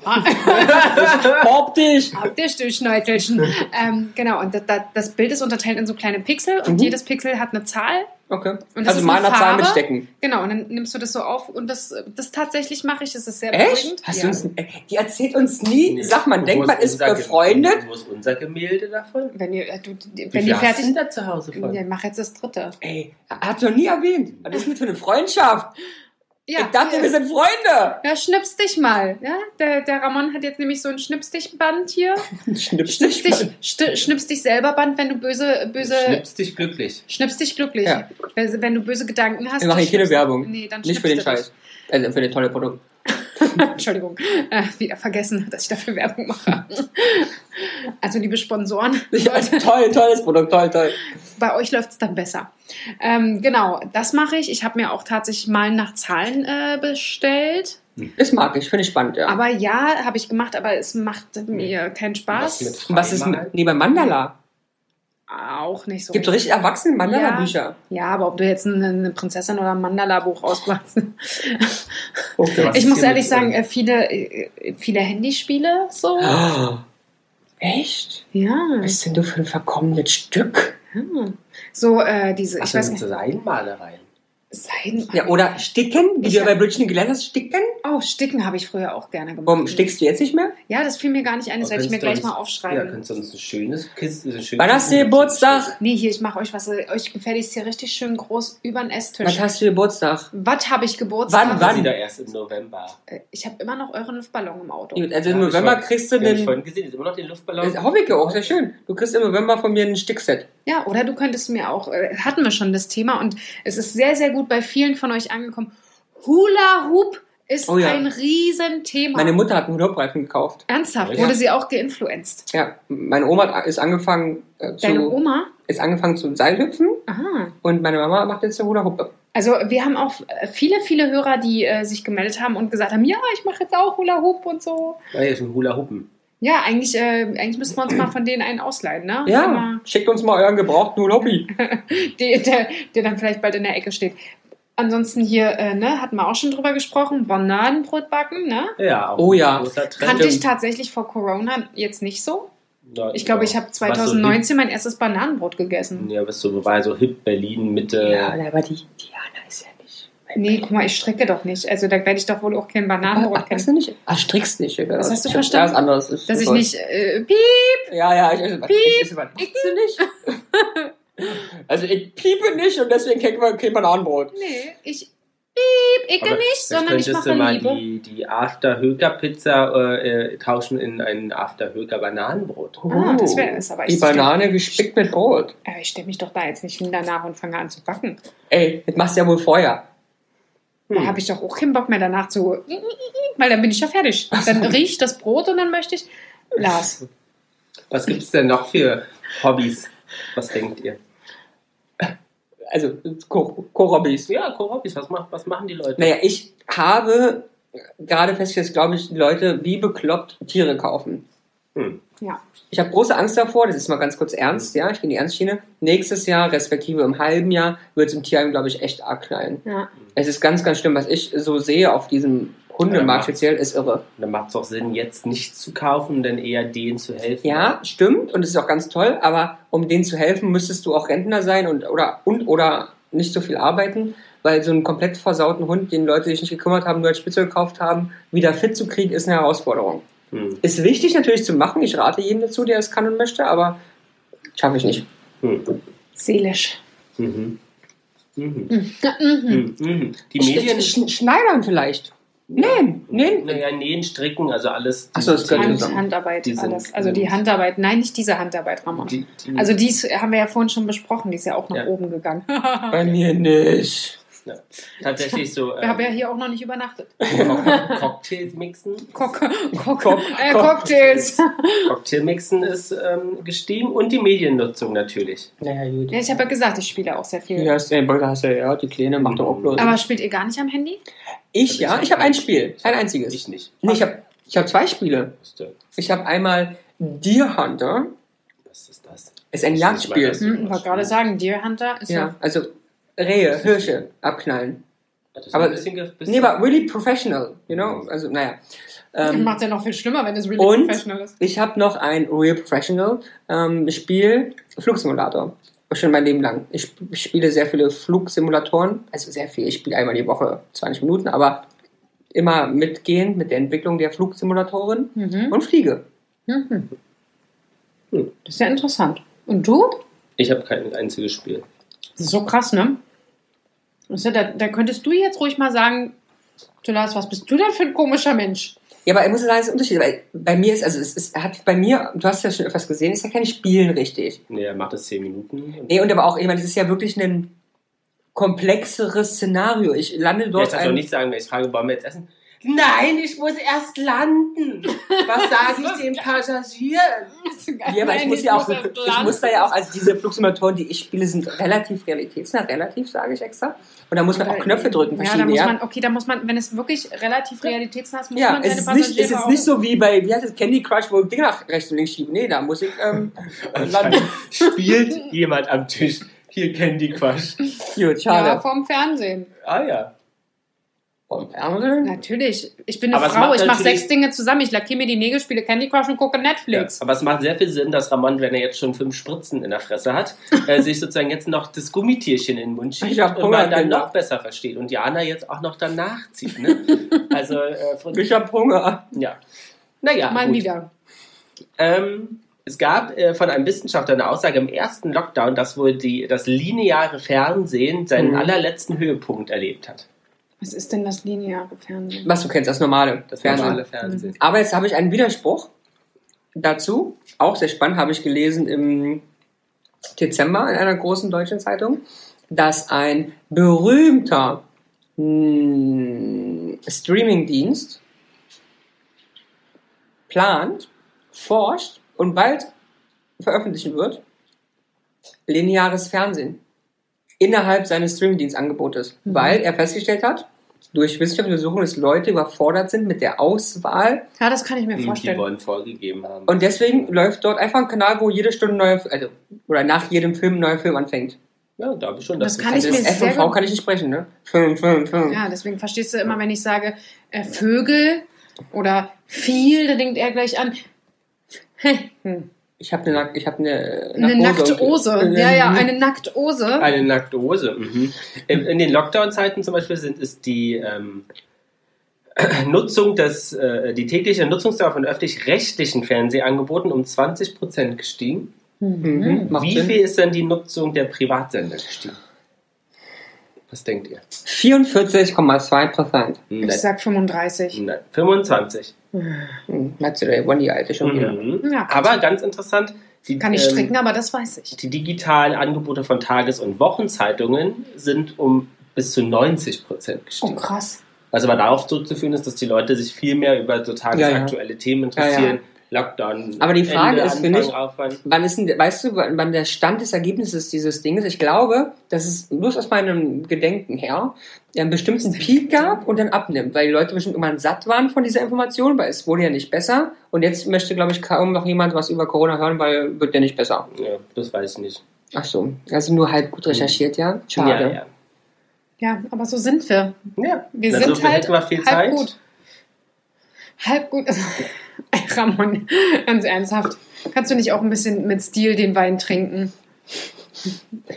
Speaker 4: Optisch!
Speaker 1: Haptisch, du
Speaker 2: *laughs*
Speaker 1: Schnäuzelchen. ähm, genau, und da, da, das Bild ist unterteilt in so kleine Pixel und
Speaker 4: Mhm.
Speaker 1: jedes Pixel hat eine Zahl.
Speaker 4: Okay.
Speaker 1: Und das
Speaker 4: also
Speaker 1: ist
Speaker 4: mal
Speaker 1: eine
Speaker 4: nach Zahlen
Speaker 1: Farbe?
Speaker 4: mitstecken.
Speaker 1: Genau, und dann nimmst du das so auf und das, das tatsächlich mache ich, das ist sehr
Speaker 4: Echt? Hast du
Speaker 1: ja.
Speaker 4: uns, äh, die erzählt uns nie.
Speaker 2: Nee.
Speaker 4: Sag mal,
Speaker 2: Wo
Speaker 4: denkt man ist
Speaker 2: unser Gemälde-
Speaker 4: befreundet.
Speaker 2: Wo ist unser Gemälde davon?
Speaker 1: Wenn, ihr, äh, du, die-
Speaker 2: Wie
Speaker 1: wenn
Speaker 2: viel
Speaker 1: die
Speaker 2: hast
Speaker 1: fertig
Speaker 2: du denn
Speaker 1: sind,
Speaker 2: da zu Hause von?
Speaker 1: ja, mach jetzt das dritte.
Speaker 4: Ey, er hat doch nie erwähnt. Was ist denn das für eine Freundschaft?
Speaker 1: Ja,
Speaker 4: ich dachte,
Speaker 1: ja.
Speaker 4: wir sind Freunde.
Speaker 1: ja, schnips dich mal. Ja? Der, der Ramon hat jetzt nämlich so ein Schnips dich Band
Speaker 4: *laughs*
Speaker 1: hier.
Speaker 4: Schnips
Speaker 1: Schnips dich, sti- schnips dich selber Band, wenn du böse,
Speaker 2: Du
Speaker 1: böse,
Speaker 2: schnippst dich glücklich.
Speaker 1: schnips dich glücklich.
Speaker 4: Ja.
Speaker 1: Wenn, wenn du böse Gedanken hast.
Speaker 4: Wir machen hier keine
Speaker 1: schnips-
Speaker 4: Werbung.
Speaker 1: Nee, dann
Speaker 4: Nicht für den
Speaker 1: schnippst du dich.
Speaker 4: Scheiß. Also für den tolle Produkt.
Speaker 1: Entschuldigung, äh, wieder vergessen, dass ich dafür Werbung
Speaker 4: *laughs*
Speaker 1: mache. also liebe Sponsoren,
Speaker 4: *laughs* Ja, toll, tolles Produkt, toll, toll.
Speaker 1: bei euch läuft es dann besser. Ähm, genau, das mache ich. Ich habe mir auch tatsächlich mal nach Zahlen äh, bestellt.
Speaker 4: Das mag ich, finde ich spannend, ja.
Speaker 1: Aber ja, habe ich gemacht, aber es macht mir keinen
Speaker 2: Was mit
Speaker 1: Spaß.
Speaker 4: Und was ist
Speaker 2: Freimalen?
Speaker 4: mit, nee, bei Mandala?
Speaker 1: Auch nicht so.
Speaker 4: Gibt so richtig erwachsene Mandala-Bücher.
Speaker 1: ja, aber ob du jetzt eine, eine Prinzessin oder ein Mandala-Buch ausmachst.
Speaker 2: Okay.
Speaker 1: Ich muss
Speaker 2: hier
Speaker 1: ehrlich
Speaker 2: mit
Speaker 1: sagen,
Speaker 2: drin?
Speaker 1: äh, viele, äh, viele Handyspiele so.
Speaker 4: Ah. *gasps* Echt?
Speaker 1: Ja.
Speaker 4: Was sind du für ein verkommenes Stück?
Speaker 1: ja. So, äh, diese,
Speaker 2: Ach,
Speaker 1: ich
Speaker 2: so,
Speaker 1: weiß
Speaker 2: sind
Speaker 1: nicht,
Speaker 2: so Seinmalereien.
Speaker 1: Seiden.
Speaker 4: Ja, oh. oder Sticken, wie
Speaker 1: Ich
Speaker 4: du
Speaker 1: hab-
Speaker 4: bei Bridgerton gelernt hast, Sticken?
Speaker 1: Oh, Sticken habe ich früher auch gerne gemacht.
Speaker 4: Warum stickst du jetzt nicht mehr?
Speaker 1: Ja, das fiel mir gar nicht ein, das
Speaker 2: Aber
Speaker 1: werde ich mir gleich
Speaker 2: kannst du uns-
Speaker 1: mal
Speaker 2: Ja,
Speaker 1: aufschreiben.
Speaker 2: könntest du uns ein schönes Kissen. ein schönes
Speaker 4: Weihnachtsgeburtstag.
Speaker 1: Nee, hier, ich mache euch was. äh, Euch gefällt es hier richtig schön groß über den Esstisch.
Speaker 4: Was hast du Geburtstag?
Speaker 1: Was habe ich Geburtstag?
Speaker 4: Wann,
Speaker 2: Wann?
Speaker 4: wann?
Speaker 2: Sie da erst im November.
Speaker 1: Äh, Ich habe immer noch euren Luftballon im Auto.
Speaker 4: Gut, Also
Speaker 2: Ja,
Speaker 4: im
Speaker 2: hab ich
Speaker 4: November
Speaker 2: schon-
Speaker 4: kriegst du
Speaker 2: Hab ich
Speaker 4: den.
Speaker 2: vorhin gesehen. Jetzt immer noch den Luftballon.
Speaker 1: Äh,
Speaker 4: Hoffe ich auch, sehr schön. Du kriegst im November von mir ein Stickset.
Speaker 1: Ja, oder du könntest mir auch, äh, hatten wir schon das Thema und es ist sehr, sehr gut bei vielen von euch angekommen. Hula Hoop ist
Speaker 4: Oh ja.
Speaker 1: ein Riesenthema.
Speaker 4: Meine Mutter hat einen Hula-Reifen gekauft.
Speaker 1: Ernsthaft,
Speaker 2: Ja.
Speaker 1: wurde sie auch geinfluenzt.
Speaker 4: Ja, meine Oma ist angefangen, äh,
Speaker 1: Deine
Speaker 4: zu,
Speaker 1: Oma?
Speaker 4: ist angefangen zu Seilhüpfen
Speaker 1: Aha.
Speaker 4: und meine Mama macht jetzt eine Hula-Huppe.
Speaker 1: Also wir haben auch viele, viele Hörer, die äh, sich gemeldet haben und gesagt haben, ja, ich mache jetzt auch Hula Hoop und so.
Speaker 2: Ah, Ja, hier ist ein Hula Huppen.
Speaker 1: Ja, eigentlich, äh, eigentlich müssten wir uns mal von denen einen ausleihen, ne?
Speaker 4: Ja, schickt uns mal euren gebrauchten Lobby.
Speaker 1: Die, der, der dann vielleicht bald in der Ecke steht. Ansonsten hier, äh, ne, hatten wir auch schon drüber gesprochen, Banadenbrot backen, ne?
Speaker 2: Ja, auch
Speaker 4: Oh ja.
Speaker 2: großer Trend.
Speaker 1: Kannte ich tatsächlich vor Corona jetzt nicht so.
Speaker 2: Ja,
Speaker 1: Ich glaube, ich habe 2019 mein erstes Bananenbrot
Speaker 2: Was
Speaker 1: gegessen.
Speaker 2: so, ja, was so war so hip Berlin Mitte.
Speaker 4: aber die Diana ist ja nicht.
Speaker 1: Nee, guck mal, ich stricke doch nicht. Also da werde ich doch wohl auch kein Bananenbrot
Speaker 4: *laughs* Ach, kannst
Speaker 1: kennen.
Speaker 4: du nicht? Ach, strickst nicht, oder?
Speaker 1: Das hast du verstanden?
Speaker 4: Ja, was anderes ist
Speaker 1: Dass ich
Speaker 4: voll.
Speaker 1: nicht, äh, piep,
Speaker 4: Ja, ja, ich esse was. Ich esse was.
Speaker 1: ich nicht.
Speaker 4: Also ich piepe nicht und deswegen kriegt man kein Bananenbrot.
Speaker 1: Nee, ich piep, icke
Speaker 2: Aber
Speaker 1: nicht,
Speaker 2: Vielleicht
Speaker 1: sondern ich
Speaker 2: könntest du
Speaker 1: mache
Speaker 2: mal
Speaker 1: Liebe.
Speaker 2: die, die After Höker Pizza äh, äh, tauschen in ein After Höker Bananenbrot.
Speaker 1: Ah, das wäre es, aber
Speaker 4: Oh, Die
Speaker 1: ich
Speaker 4: Banane gespickt mit Brot.
Speaker 1: Äh, Ich stelle mich doch da jetzt nicht hin danach und fange an zu backen.
Speaker 4: Ey, das machst du ja wohl vorher.
Speaker 1: Da
Speaker 2: Hm.
Speaker 1: habe ich doch auch keinen Bock mehr danach zu. Weil dann bin ich ja fertig. Dann riecht das Brot und dann möchte ich. Lars,
Speaker 2: Was gibt es denn noch für Hobbys? Was denkt ihr?
Speaker 4: Also Ko- Kohlrabbis.
Speaker 2: Ja, Hobbys, was, macht, was machen die Leute?
Speaker 4: Naja, ich habe gerade festgestellt, glaube ich, Leute wie bekloppt Tiere kaufen.
Speaker 2: Hm.
Speaker 1: ja.
Speaker 4: Ich habe große Angst davor, das ist mal ganz kurz ernst, ja, ich gehe in die Ernstschiene. Nächstes Jahr, respektive im halben Jahr, wird es im Tierheim, glaube ich, echt arg knallen.
Speaker 1: ja.
Speaker 4: Es ist ganz, ganz schlimm, was ich so sehe auf diesem Hundemarkt speziell, ist irre.
Speaker 2: Dann macht es auch Sinn, jetzt nicht zu kaufen, denn eher denen zu helfen.
Speaker 4: Ja, stimmt, und es ist auch ganz toll, aber um denen zu helfen, müsstest du auch Rentner sein und oder, und, oder nicht so viel arbeiten, weil so einen komplett versauten Hund, den Leute sich nicht gekümmert haben, nur als Spitzel gekauft haben, wieder fit zu kriegen, ist eine Herausforderung.
Speaker 2: Hm.
Speaker 4: Ist wichtig natürlich zu machen, ich rate jedem dazu, der es kann und möchte, aber schaffe ich nicht.
Speaker 2: Hm.
Speaker 1: Seelisch.
Speaker 2: Mhm. Mhm.
Speaker 1: Mhm.
Speaker 2: Mhm. Mhm. Die
Speaker 4: Sch-
Speaker 2: Medien.
Speaker 4: Sch Schneidern vielleicht. Nähen, nähen.
Speaker 2: Naja, nähen, stricken, also alles.
Speaker 4: Ach so, das könnte
Speaker 1: Hand,
Speaker 4: sein.
Speaker 1: Handarbeit,
Speaker 2: Die sind-
Speaker 1: alles. Also die Handarbeit. Nein, nicht diese Handarbeit, Ramon.
Speaker 2: Die, die,
Speaker 4: Mhm.
Speaker 1: Also die ist, haben wir ja vorhin schon besprochen, die ist ja auch nach
Speaker 2: Ja.
Speaker 1: oben gegangen.
Speaker 2: Ah.
Speaker 4: Bei mir nicht.
Speaker 2: ja. Tatsächlich so.
Speaker 1: Wir haben ja
Speaker 2: Ähm,
Speaker 1: hier auch noch nicht übernachtet.
Speaker 2: Cock- Cocktails mixen.
Speaker 1: Cock, Cock,
Speaker 4: *laughs* Cock-
Speaker 1: äh,
Speaker 4: Cock-
Speaker 1: Cocktails.
Speaker 2: Cocktail mixen ist ähm, gestiegen und die Mediennutzung natürlich.
Speaker 4: Naja, gut.
Speaker 1: Ja, ich habe ja gesagt, ich spiele auch sehr viel.
Speaker 4: Du hast, ey, Bolger hast ja, ja, die Kleine macht doch auch bloß.
Speaker 1: Aber spielt ihr gar nicht am Handy?
Speaker 4: ich, ja, ich habe ein Spiel,
Speaker 2: Also Ich
Speaker 4: ein
Speaker 2: hab-
Speaker 4: einziges.
Speaker 2: Ich nicht.
Speaker 4: nee, ich habe ich hab zwei Spiele.
Speaker 2: Wusste.
Speaker 4: Ich habe einmal Deer Hunter,
Speaker 2: Was ist das?
Speaker 4: ist ein
Speaker 2: Ich
Speaker 4: Jagdspiel.
Speaker 2: weiß nicht mal,
Speaker 1: Hm, ich wollte gerade sagen, Deer Hunter ist
Speaker 4: Ja,
Speaker 1: ja.
Speaker 4: also Rehe, Hirsche abknallen.
Speaker 2: Das ist
Speaker 4: Aber-
Speaker 2: ein bisschen, ge- bisschen
Speaker 4: Nee, aber really professional, you know? Also, naja.
Speaker 1: *laughs*
Speaker 4: Ähm,
Speaker 1: Macht ja noch viel schlimmer, wenn es really
Speaker 4: und-
Speaker 1: professional ist.
Speaker 4: Ich habe noch ein Real Professional ähm, Spiel, Flugsimulator. Schon mein Leben lang. Ich sp- spiele sehr viele Flugsimulatoren, also sehr viel. Ich spiele einmal die Woche 20 Minuten, aber immer mitgehend mit der Entwicklung der Flugsimulatoren
Speaker 1: Mhm.
Speaker 4: und fliege.
Speaker 1: Mhm.
Speaker 4: Hm.
Speaker 1: Das ist ja interessant. Und du?
Speaker 2: ich habe kein einziges Spiel.
Speaker 1: Das ist so krass, ne? Also, da, da könntest du jetzt ruhig mal sagen, du Lars, was bist du denn für ein komischer Mensch?
Speaker 4: *laughs* Ja, aber ich muss sagen, es ist Unterschied, weil bei mir ist, also es ist, hat bei mir, du hast ja schon etwas gesehen, ist ja kein Spielen richtig.
Speaker 2: Nee, er macht das 10 Minuten.
Speaker 4: Nee, und aber auch, ich meine, es ist ja wirklich ein komplexeres Szenario. Ich lande
Speaker 2: du
Speaker 4: dort
Speaker 2: wirst also
Speaker 4: ein-
Speaker 2: nicht sagen, wenn ich frage, wollen wir jetzt essen?
Speaker 4: Nein, ich muss erst *laughs* landen. Was sage ich den Passagieren?
Speaker 1: *laughs*
Speaker 4: Ja, aber ich muss ja auch, ich muss da ja auch, also diese Flugsimulatoren, die ich spiele, sind relativ realitätsnah, relativ, sage ich extra. Und da muss man auch Knöpfe drücken,
Speaker 1: Ja, da
Speaker 4: verschiedene,
Speaker 1: muss
Speaker 4: ja.
Speaker 1: man, okay, da muss man, wenn es wirklich relativ realitätsnah ist, muss
Speaker 4: ja,
Speaker 1: man
Speaker 4: es
Speaker 1: seine
Speaker 4: ist nicht, es
Speaker 1: Passagiere
Speaker 4: ist
Speaker 1: auch-
Speaker 4: nicht so wie bei, wie heißt es, Candy Crush, wo Ding nach rechts und links schieben. Nee, da muss ich, ähm, landen.
Speaker 2: Spielt jemand am Tisch hier Candy Crush?
Speaker 4: Gut,
Speaker 1: Ja,
Speaker 4: schade.
Speaker 1: vorm Fernsehen.
Speaker 2: Ah ja.
Speaker 4: Und Ärmel?
Speaker 1: Natürlich. Ich bin eine
Speaker 2: Aber es
Speaker 1: Frau,
Speaker 2: macht
Speaker 1: ich mache
Speaker 2: natürlich-
Speaker 1: sechs Dinge zusammen. Ich lackiere mir die Nägel, spiele Candy Crush und gucke
Speaker 2: ja.
Speaker 1: Netflix.
Speaker 2: Aber es macht sehr viel Sinn, dass Ramon, wenn er jetzt schon fünf Spritzen in der Fresse hat, äh, sich sozusagen jetzt noch das Gummitierchen in den Mund schiebt
Speaker 4: Ich hab
Speaker 2: und man
Speaker 4: Hunger,
Speaker 2: dann
Speaker 4: Kinder.
Speaker 2: noch besser versteht. Und Jana jetzt auch noch danach
Speaker 1: *laughs*
Speaker 2: zieht. Ne? Also äh, von,
Speaker 4: Ich hab Hunger.
Speaker 2: ja. Naja,
Speaker 1: Mal
Speaker 2: gut.
Speaker 1: wieder.
Speaker 2: Ähm, es gab äh, von einem Wissenschaftler eine Aussage im ersten Lockdown, dass wohl die, das lineare Fernsehen seinen
Speaker 4: Mhm.
Speaker 2: allerletzten Höhepunkt erlebt hat.
Speaker 1: Was ist denn das lineare Fernsehen?
Speaker 4: Was du kennst, das normale.
Speaker 2: Das
Speaker 4: Fernsehen.
Speaker 2: normale Fernsehen.
Speaker 4: Aber jetzt habe ich einen Widerspruch dazu. Auch sehr spannend habe ich gelesen im Dezember in einer großen deutschen Zeitung, dass ein berühmter mh, Streamingdienst plant, forscht und bald veröffentlichen wird lineares Fernsehen. innerhalb seines Streamingdienstangebotes,
Speaker 1: Mhm.
Speaker 4: weil er festgestellt hat, durch wissenschaftliche Untersuchungen, dass Leute überfordert sind mit der Auswahl
Speaker 1: Ja, das kann ich mir
Speaker 2: Ihm Hm, die
Speaker 1: vorstellen.
Speaker 2: wollen vorgegeben haben.
Speaker 4: Und deswegen läuft dort einfach ein Kanal, wo jede Stunde neue, also, oder nach jedem Film ein neuer Film anfängt. Also
Speaker 2: ja, da habe ich schon
Speaker 1: Das kann
Speaker 2: ist-
Speaker 1: ich
Speaker 4: das
Speaker 1: mir sehr
Speaker 4: FV
Speaker 1: gut-
Speaker 4: kann ich nicht sprechen, ne? Film, Film, Film.
Speaker 1: Ja, deswegen verstehst du immer, wenn ich sage äh, Vögel oder viel, da denkt er gleich an. Hm.
Speaker 4: Ich habe eine, ich hab eine,
Speaker 1: Eine nackte Ose. Ja, ja, eine nackte Ose.
Speaker 2: Eine nackte Hose. Mhm. In, in den Lockdown-Zeiten zum Beispiel sind, ist die ähm, *clears throat* Nutzung des, äh, die tägliche Nutzungsdauer von öffentlich-rechtlichen Fernsehangeboten um 20% gestiegen.
Speaker 4: Mhm. Macht
Speaker 2: Wie
Speaker 4: Sinn.
Speaker 2: viel ist denn die Nutzung der Privatsender gestiegen? Was denkt ihr?
Speaker 4: 44,2 Prozent.
Speaker 1: Ich
Speaker 2: Hm, Nein.
Speaker 1: sag 35.
Speaker 2: Nein. 25.
Speaker 4: Hm, Merkst du, der One-Year-Alte schon wieder.
Speaker 2: Mhm.
Speaker 1: Ja.
Speaker 2: Aber ganz interessant, die,
Speaker 1: Kann ich
Speaker 2: ähm,
Speaker 1: stricken, aber das weiß ich.
Speaker 2: die digitalen Angebote von Tages- und Wochenzeitungen sind um bis zu 90%
Speaker 1: Oh,
Speaker 2: gestiegen.
Speaker 1: krass.
Speaker 2: Also was darauf zurückzuführen ist, dass die Leute sich viel mehr über so tagesaktuelle Themen interessieren. Lockdown.
Speaker 4: Aber die Frage ist, finde ich-
Speaker 2: Aufwand.
Speaker 4: Wann ist denn, weißt du, wann wann der Stand des Ergebnisses dieses Dings? Ich glaube, dass es bloß aus meinem Gedenken her äh, einen bestimmten Peak gab und dann abnimmt, weil die Leute bestimmt irgendwann satt waren von dieser Information, weil es wurde ja nicht besser. Und jetzt möchte, glaube ich, kaum noch jemand was über Corona hören, weil wird ja nicht besser.
Speaker 2: Ja, das weiß ich nicht.
Speaker 4: Ach so, also nur halb gut recherchiert, ja? Schade.
Speaker 2: Ja,
Speaker 1: Ja, aber so sind wir.
Speaker 2: ja. ja.
Speaker 1: Wir
Speaker 2: Na, so
Speaker 1: sind
Speaker 2: viel
Speaker 1: halt
Speaker 2: hätten wir viel
Speaker 1: halb
Speaker 2: Zeit.
Speaker 1: gut. Halb gut. Also, *laughs* Ramon, ganz ernsthaft. Kannst du nicht auch ein bisschen mit Stil den Wein trinken?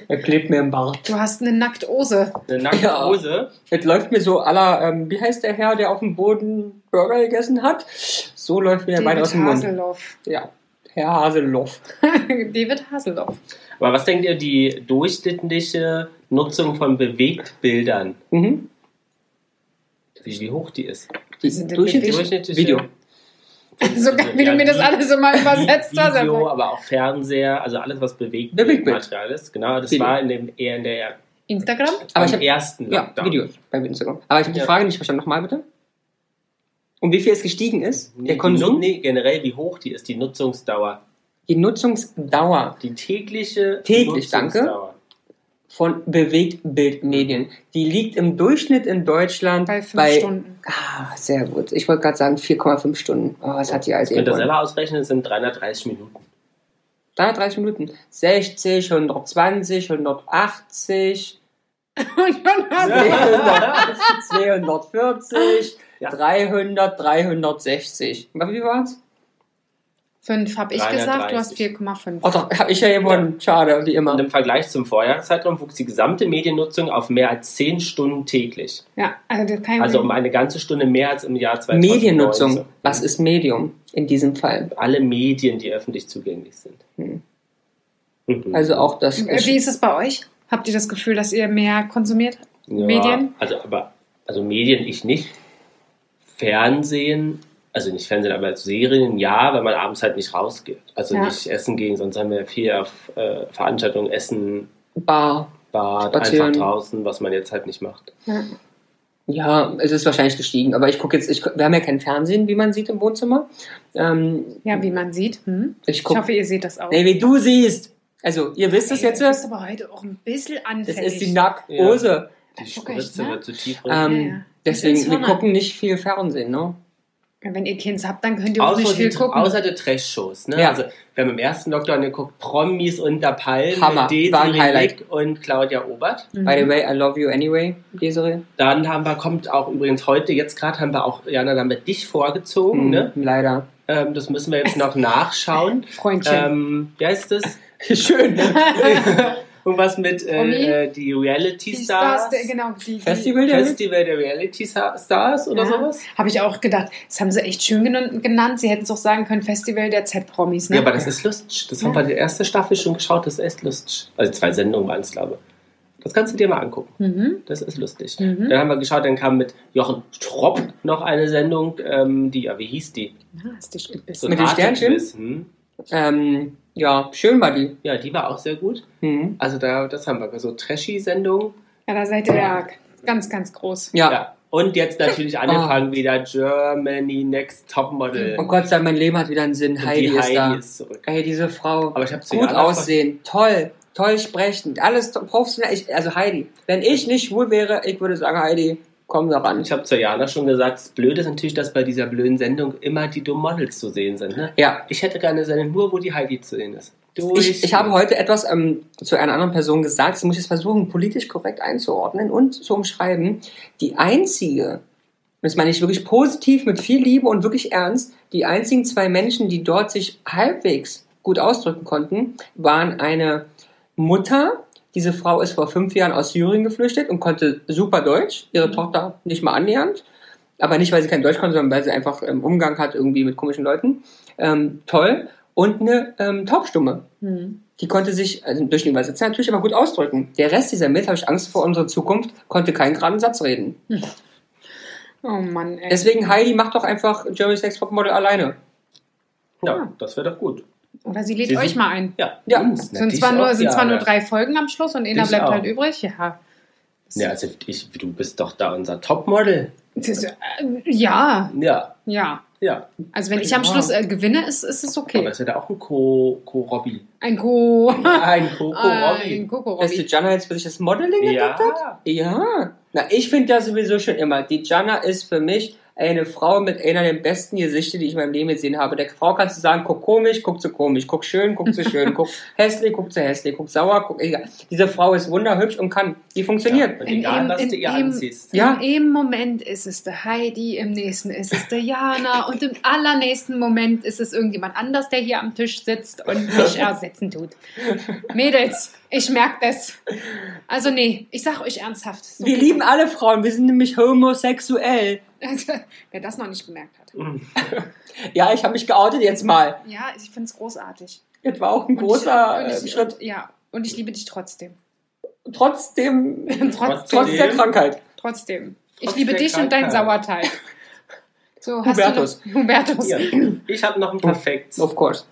Speaker 4: Er klebt mir im Bart.
Speaker 1: Du hast eine Nacktose.
Speaker 2: Eine nackte
Speaker 4: Ja.
Speaker 2: Hose.
Speaker 4: Jetzt läuft mir so aller, ähm, wie heißt der Herr, der auf dem Boden Burger gegessen hat? So läuft mir der Wein
Speaker 1: David
Speaker 4: aus dem Mund.
Speaker 1: Haseloff.
Speaker 4: Ja, Herr Haseloff.
Speaker 1: *laughs* David
Speaker 4: *laughs*
Speaker 1: Haseloff.
Speaker 2: Aber was denkt ihr, die durchschnittliche Nutzung von Bewegtbildern,
Speaker 4: Mhm.
Speaker 2: wie, wie hoch die ist?
Speaker 4: Die
Speaker 1: sind
Speaker 4: durchschnittlich
Speaker 2: Durchschnittliche
Speaker 4: Video.
Speaker 1: So geil, wie du mir das alles immer übersetzt hast.
Speaker 2: Video,
Speaker 1: aber-
Speaker 2: aber auch Fernseher, also alles, was bewegt
Speaker 4: Bewegtbild.
Speaker 2: Material ist. Genau, das
Speaker 4: Video.
Speaker 2: war in dem, eher in der
Speaker 1: Instagram?
Speaker 4: Aber ich
Speaker 2: beim
Speaker 4: habe
Speaker 2: ersten
Speaker 4: ja,
Speaker 2: Lockdown.
Speaker 4: Videos bei Instagram. Aber ich habe die
Speaker 2: Ja.
Speaker 4: Frage nicht verstanden. Nochmal bitte. Um wie viel es gestiegen ist?
Speaker 2: Nee,
Speaker 4: der Konsum?
Speaker 2: Nee, generell, wie hoch die ist, die Nutzungsdauer.
Speaker 4: Die Nutzungsdauer
Speaker 2: Die tägliche
Speaker 4: Täglich,
Speaker 2: Nutzungsdauer.
Speaker 4: von Bewegtbildmedien, die liegt im Durchschnitt in Deutschland
Speaker 1: Bei fünf Stunden. *laughs*
Speaker 4: Ah, sehr gut. Ich wollte gerade sagen 4,5 Stunden. Oh, was hat die
Speaker 2: Das
Speaker 4: alte
Speaker 2: könnt ihr
Speaker 4: Ebene?
Speaker 2: selber ausrechnen, das sind 330
Speaker 4: *laughs*
Speaker 2: Minuten.
Speaker 4: 330 Minuten. 60, 120, 180,
Speaker 1: Und dann hast du-
Speaker 4: 200, 240,
Speaker 2: Ja.
Speaker 4: 300, 360. Wie war's?
Speaker 1: Fünf habe ich gesagt, du hast
Speaker 2: 330.
Speaker 1: 4,5.
Speaker 4: Oh, doch, hab ich ja gewonnen. Schade, wie immer.
Speaker 2: Und im Vergleich zum Vorjahreszeitraum wuchs die gesamte Mediennutzung auf mehr als 10 Stunden täglich.
Speaker 1: Ja, also das kann ich
Speaker 2: Also
Speaker 1: mir-
Speaker 2: um eine ganze Stunde mehr als im Jahr 2019.
Speaker 4: Mediennutzung. Was ist Medium in diesem Fall?
Speaker 2: Alle Medien, die öffentlich zugänglich sind.
Speaker 4: Hm.
Speaker 2: Mhm.
Speaker 4: Also auch das.
Speaker 1: Äh, Wie ist es bei euch? Habt ihr das Gefühl, dass ihr mehr konsumiert?
Speaker 2: Ja,
Speaker 1: Medien?
Speaker 2: Also, aber, also Medien ich nicht. Fernsehen, also nicht Fernsehen, aber Serien ja, weil man abends halt nicht rausgeht. Also
Speaker 1: Ja.
Speaker 2: nicht essen gehen, sonst haben wir viel auf äh, Veranstaltungen, Essen,
Speaker 4: Bar.
Speaker 2: Bad,
Speaker 4: Spazieren.
Speaker 2: einfach draußen, was man jetzt halt nicht macht.
Speaker 1: Ja.
Speaker 4: Ja, es ist wahrscheinlich gestiegen. Aber ich gucke jetzt, ich, gu- wir haben ja kein Fernsehen, wie man sieht im Wohnzimmer. Ähm,
Speaker 1: Ja, wie man sieht. Hm?
Speaker 4: ich
Speaker 1: Ich
Speaker 4: gucke.
Speaker 1: hoffe, ihr seht das auch.
Speaker 4: Nee, wie du siehst. Also, ihr wisst es
Speaker 1: Ey,
Speaker 4: jetzt.
Speaker 1: Du bist
Speaker 4: Das
Speaker 1: aber heute auch ein bisschen anfällig.
Speaker 4: ist die Nackhose.
Speaker 2: Die
Speaker 1: guck echt,
Speaker 2: Spritze
Speaker 1: ne?
Speaker 2: wird zu tief rein.
Speaker 4: Ähm,
Speaker 1: Ja, ja. Das
Speaker 4: Deswegen,
Speaker 1: ist
Speaker 4: wir
Speaker 1: Hammer.
Speaker 4: gucken nicht viel Fernsehen, ne?
Speaker 1: Wenn ihr Kids habt, dann könnt ihr auch nicht
Speaker 2: Außer,
Speaker 1: viel
Speaker 2: die,
Speaker 1: gucken.
Speaker 2: außer die Trash-Shows. Ne?
Speaker 4: Ja.
Speaker 2: Also, wir haben im ersten Lockdown geguckt, Promis unter Palmen
Speaker 4: Hammer,
Speaker 2: mit Desiree
Speaker 4: war ein Highlight.
Speaker 2: Nick und Claudia Obert.
Speaker 1: Mhm.
Speaker 4: By the way, I love you anyway, Desiree.
Speaker 2: Dann haben wir, kommt auch übrigens heute, jetzt gerade haben wir auch, Jana, dann mit dich vorgezogen.
Speaker 4: Hm,
Speaker 2: Ne?
Speaker 4: Leider.
Speaker 2: Ähm, das müssen wir jetzt noch *laughs* nachschauen.
Speaker 1: Freundchen.
Speaker 2: ähm, wie heißt *laughs* das?
Speaker 4: Schön.
Speaker 2: Irgendwas mit
Speaker 1: Promi?
Speaker 2: äh, äh, die Reality
Speaker 1: die Stars,
Speaker 2: Stars.
Speaker 1: der, genau. Die, die-
Speaker 4: Festival der
Speaker 2: Festival der Reality Sa- Stars oder
Speaker 1: Ja.
Speaker 2: sowas?
Speaker 1: Habe ich auch gedacht. Das haben sie echt schön genan- genannt. Sie hätten es auch sagen können, Festival der Z-Promis. Ne?
Speaker 2: Ja, aber das ist lustig. Das haben
Speaker 1: Ja.
Speaker 2: wir die erste Staffel schon geschaut, das ist echt lustig. Also zwei Sendungen waren es, glaube ich. Das kannst du dir mal angucken.
Speaker 1: mhm.
Speaker 2: Das ist lustig.
Speaker 1: Mhm.
Speaker 2: Dann haben wir geschaut, dann kam mit Jochen Stropp noch eine Sendung, ähm, die, ja, wie hieß die?
Speaker 1: Na, hast dich
Speaker 2: So
Speaker 1: gebissen.
Speaker 2: ein
Speaker 4: Mit den Sternchen?
Speaker 2: Ratequiz, Hm?
Speaker 4: ähm, ja, schön war die.
Speaker 2: Ja, die war auch sehr gut.
Speaker 4: Hm.
Speaker 2: Also da, das haben wir, so Trashy-Sendungen.
Speaker 1: Ja, da seid ihr ja ganz, ganz groß.
Speaker 4: Ja. Ah.
Speaker 2: Ja. Und jetzt natürlich angefangen wieder Germany Next Topmodel.
Speaker 4: Oh Gott sei Dank, mein Leben hat wieder einen Sinn.
Speaker 2: Und
Speaker 4: Heidi,
Speaker 2: die
Speaker 4: ist da.
Speaker 2: ist zurück.
Speaker 4: Ey, diese Frau.
Speaker 2: Aber ich habe zu
Speaker 4: Gut
Speaker 2: Jana
Speaker 4: aussehen. Toll. toll sprechen, alles to- professionell. Ich, also Heidi, wenn ich nicht schwul wäre, ich würde sagen, Heidi, komm da ran.
Speaker 2: Ich habe zu Jana schon gesagt, das Blöde ist natürlich, dass bei dieser blöden Sendung immer die dummen Models zu sehen sind. Ne?
Speaker 4: Ja,
Speaker 2: Ich hätte gerne eine Sendung nur, wo die Heidi zu sehen ist.
Speaker 4: ich, ich habe heute etwas ähm, zu einer anderen Person gesagt, das muss ich jetzt versuchen, politisch korrekt einzuordnen und zu umschreiben. Die einzige, und das meine ich wirklich positiv, mit viel Liebe und wirklich ernst, die einzigen zwei Menschen, die dort sich halbwegs gut ausdrücken konnten, waren eine Mutter. Diese Frau ist vor fünf Jahren aus Syrien geflüchtet und konnte super Deutsch, ihre Tochter nicht mal annähernd. Aber nicht, weil sie kein Deutsch konnte, sondern weil sie einfach ähm, Umgang hat irgendwie mit komischen Leuten. Ähm, toll. Und eine ähm, Taubstumme.
Speaker 1: Hm.
Speaker 4: Die konnte sich also durch den Übersetzer natürlich immer gut ausdrücken. Der Rest dieser Welt, habe ich Angst vor unserer Zukunft, konnte keinen geraden Satz reden.
Speaker 1: Oh Mann, ey.
Speaker 4: Deswegen, Heidi, macht doch einfach Jeremy's Next Topmodel alleine.
Speaker 2: Ja, das wäre doch gut.
Speaker 1: Oder sie lädt
Speaker 2: Sie sind-
Speaker 1: euch mal ein.
Speaker 2: Ja,
Speaker 4: Ja,
Speaker 2: Uns,
Speaker 1: Sind
Speaker 2: natürlich
Speaker 1: zwar, nur,
Speaker 2: auch,
Speaker 1: sind zwar
Speaker 2: Jana.
Speaker 1: nur drei Folgen am Schluss und einer
Speaker 2: Dich
Speaker 1: bleibt
Speaker 2: auch.
Speaker 1: halt übrig. Ja.
Speaker 2: Ja, also ich, du bist doch da unser Topmodel.
Speaker 1: Das ist, äh, ja,
Speaker 2: Ja,
Speaker 1: ja.
Speaker 2: ja.
Speaker 1: Also wenn ich am
Speaker 4: Ja.
Speaker 1: Schluss äh, gewinne, ist, ist es
Speaker 2: Aber
Speaker 1: okay.
Speaker 2: es wäre da auch ein Co- Co-Robby.
Speaker 1: Ein Co.
Speaker 4: Ah.
Speaker 2: Ein Co-Co-Robby.
Speaker 1: Ein Coco
Speaker 4: Dass die
Speaker 1: Robby.
Speaker 4: Jana jetzt für sich das Modeling
Speaker 2: ja.
Speaker 4: entdeckt hat? Ja. Na, ich finde das sowieso schon immer. Die Jana ist für mich eine Frau mit einer der besten Gesichter, die ich in meinem Leben gesehen habe. Der Frau kannst du sagen, guck komisch, guck zu komisch, guck schön, guck zu schön, guck hässlich, guck zu hässlich, guck sauer, guck egal. Diese Frau ist wunderhübsch und kann. Die funktioniert.
Speaker 2: Und
Speaker 1: In
Speaker 2: egal,
Speaker 1: ihm-
Speaker 2: was
Speaker 1: in
Speaker 2: du ihr
Speaker 1: ihm-
Speaker 2: anziehst.
Speaker 4: Ja.
Speaker 1: In Im Moment ist es der Heidi, im nächsten ist es der Jana und im allernächsten Moment ist es irgendjemand anders, der hier am Tisch sitzt und
Speaker 4: *laughs*
Speaker 1: mich ersetzen tut. Mädels, ich merke das. Also nee, ich sag euch ernsthaft. So
Speaker 4: Wir lieben alle Frauen, wir sind nämlich homosexuell.
Speaker 1: *laughs* Also, wer das noch nicht gemerkt hat.
Speaker 2: Hm.
Speaker 4: Ja, ich habe mich geoutet jetzt mal.
Speaker 1: Ja, ich finde es großartig.
Speaker 4: Das war auch ein
Speaker 1: Und ich-
Speaker 4: großer
Speaker 1: und
Speaker 4: äh,
Speaker 1: ich,
Speaker 4: Schritt.
Speaker 1: Ja, und ich liebe dich trotzdem.
Speaker 4: *laughs* Trotzdem,
Speaker 1: Trotz,
Speaker 4: trotz der Krankheit.
Speaker 1: trotzdem. Ich
Speaker 2: Trotz
Speaker 1: liebe
Speaker 2: der
Speaker 1: dich und deinen
Speaker 2: Krankheit.
Speaker 1: Sauerteig. So,
Speaker 4: Hubertus.
Speaker 1: Hast du noch, Hubertus.
Speaker 2: Ja. Ich habe noch ein Perfekt.
Speaker 4: Of course.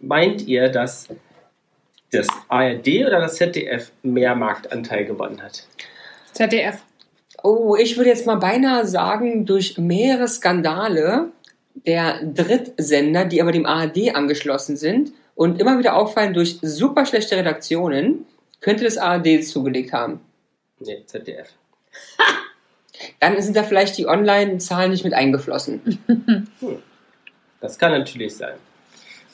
Speaker 2: Meint ihr, dass das ARD oder das ZDF mehr Marktanteil gewonnen hat?
Speaker 1: ZDF.
Speaker 4: Oh, ich würde jetzt mal beinahe sagen, durch mehrere Skandale der Drittsender, die aber dem ARD angeschlossen sind und immer wieder auffallen durch super schlechte Redaktionen, könnte das ARD zugelegt haben.
Speaker 2: Nee, ZDF.
Speaker 4: Dann sind da vielleicht die Online-Zahlen nicht mit eingeflossen.
Speaker 2: Das kann natürlich sein.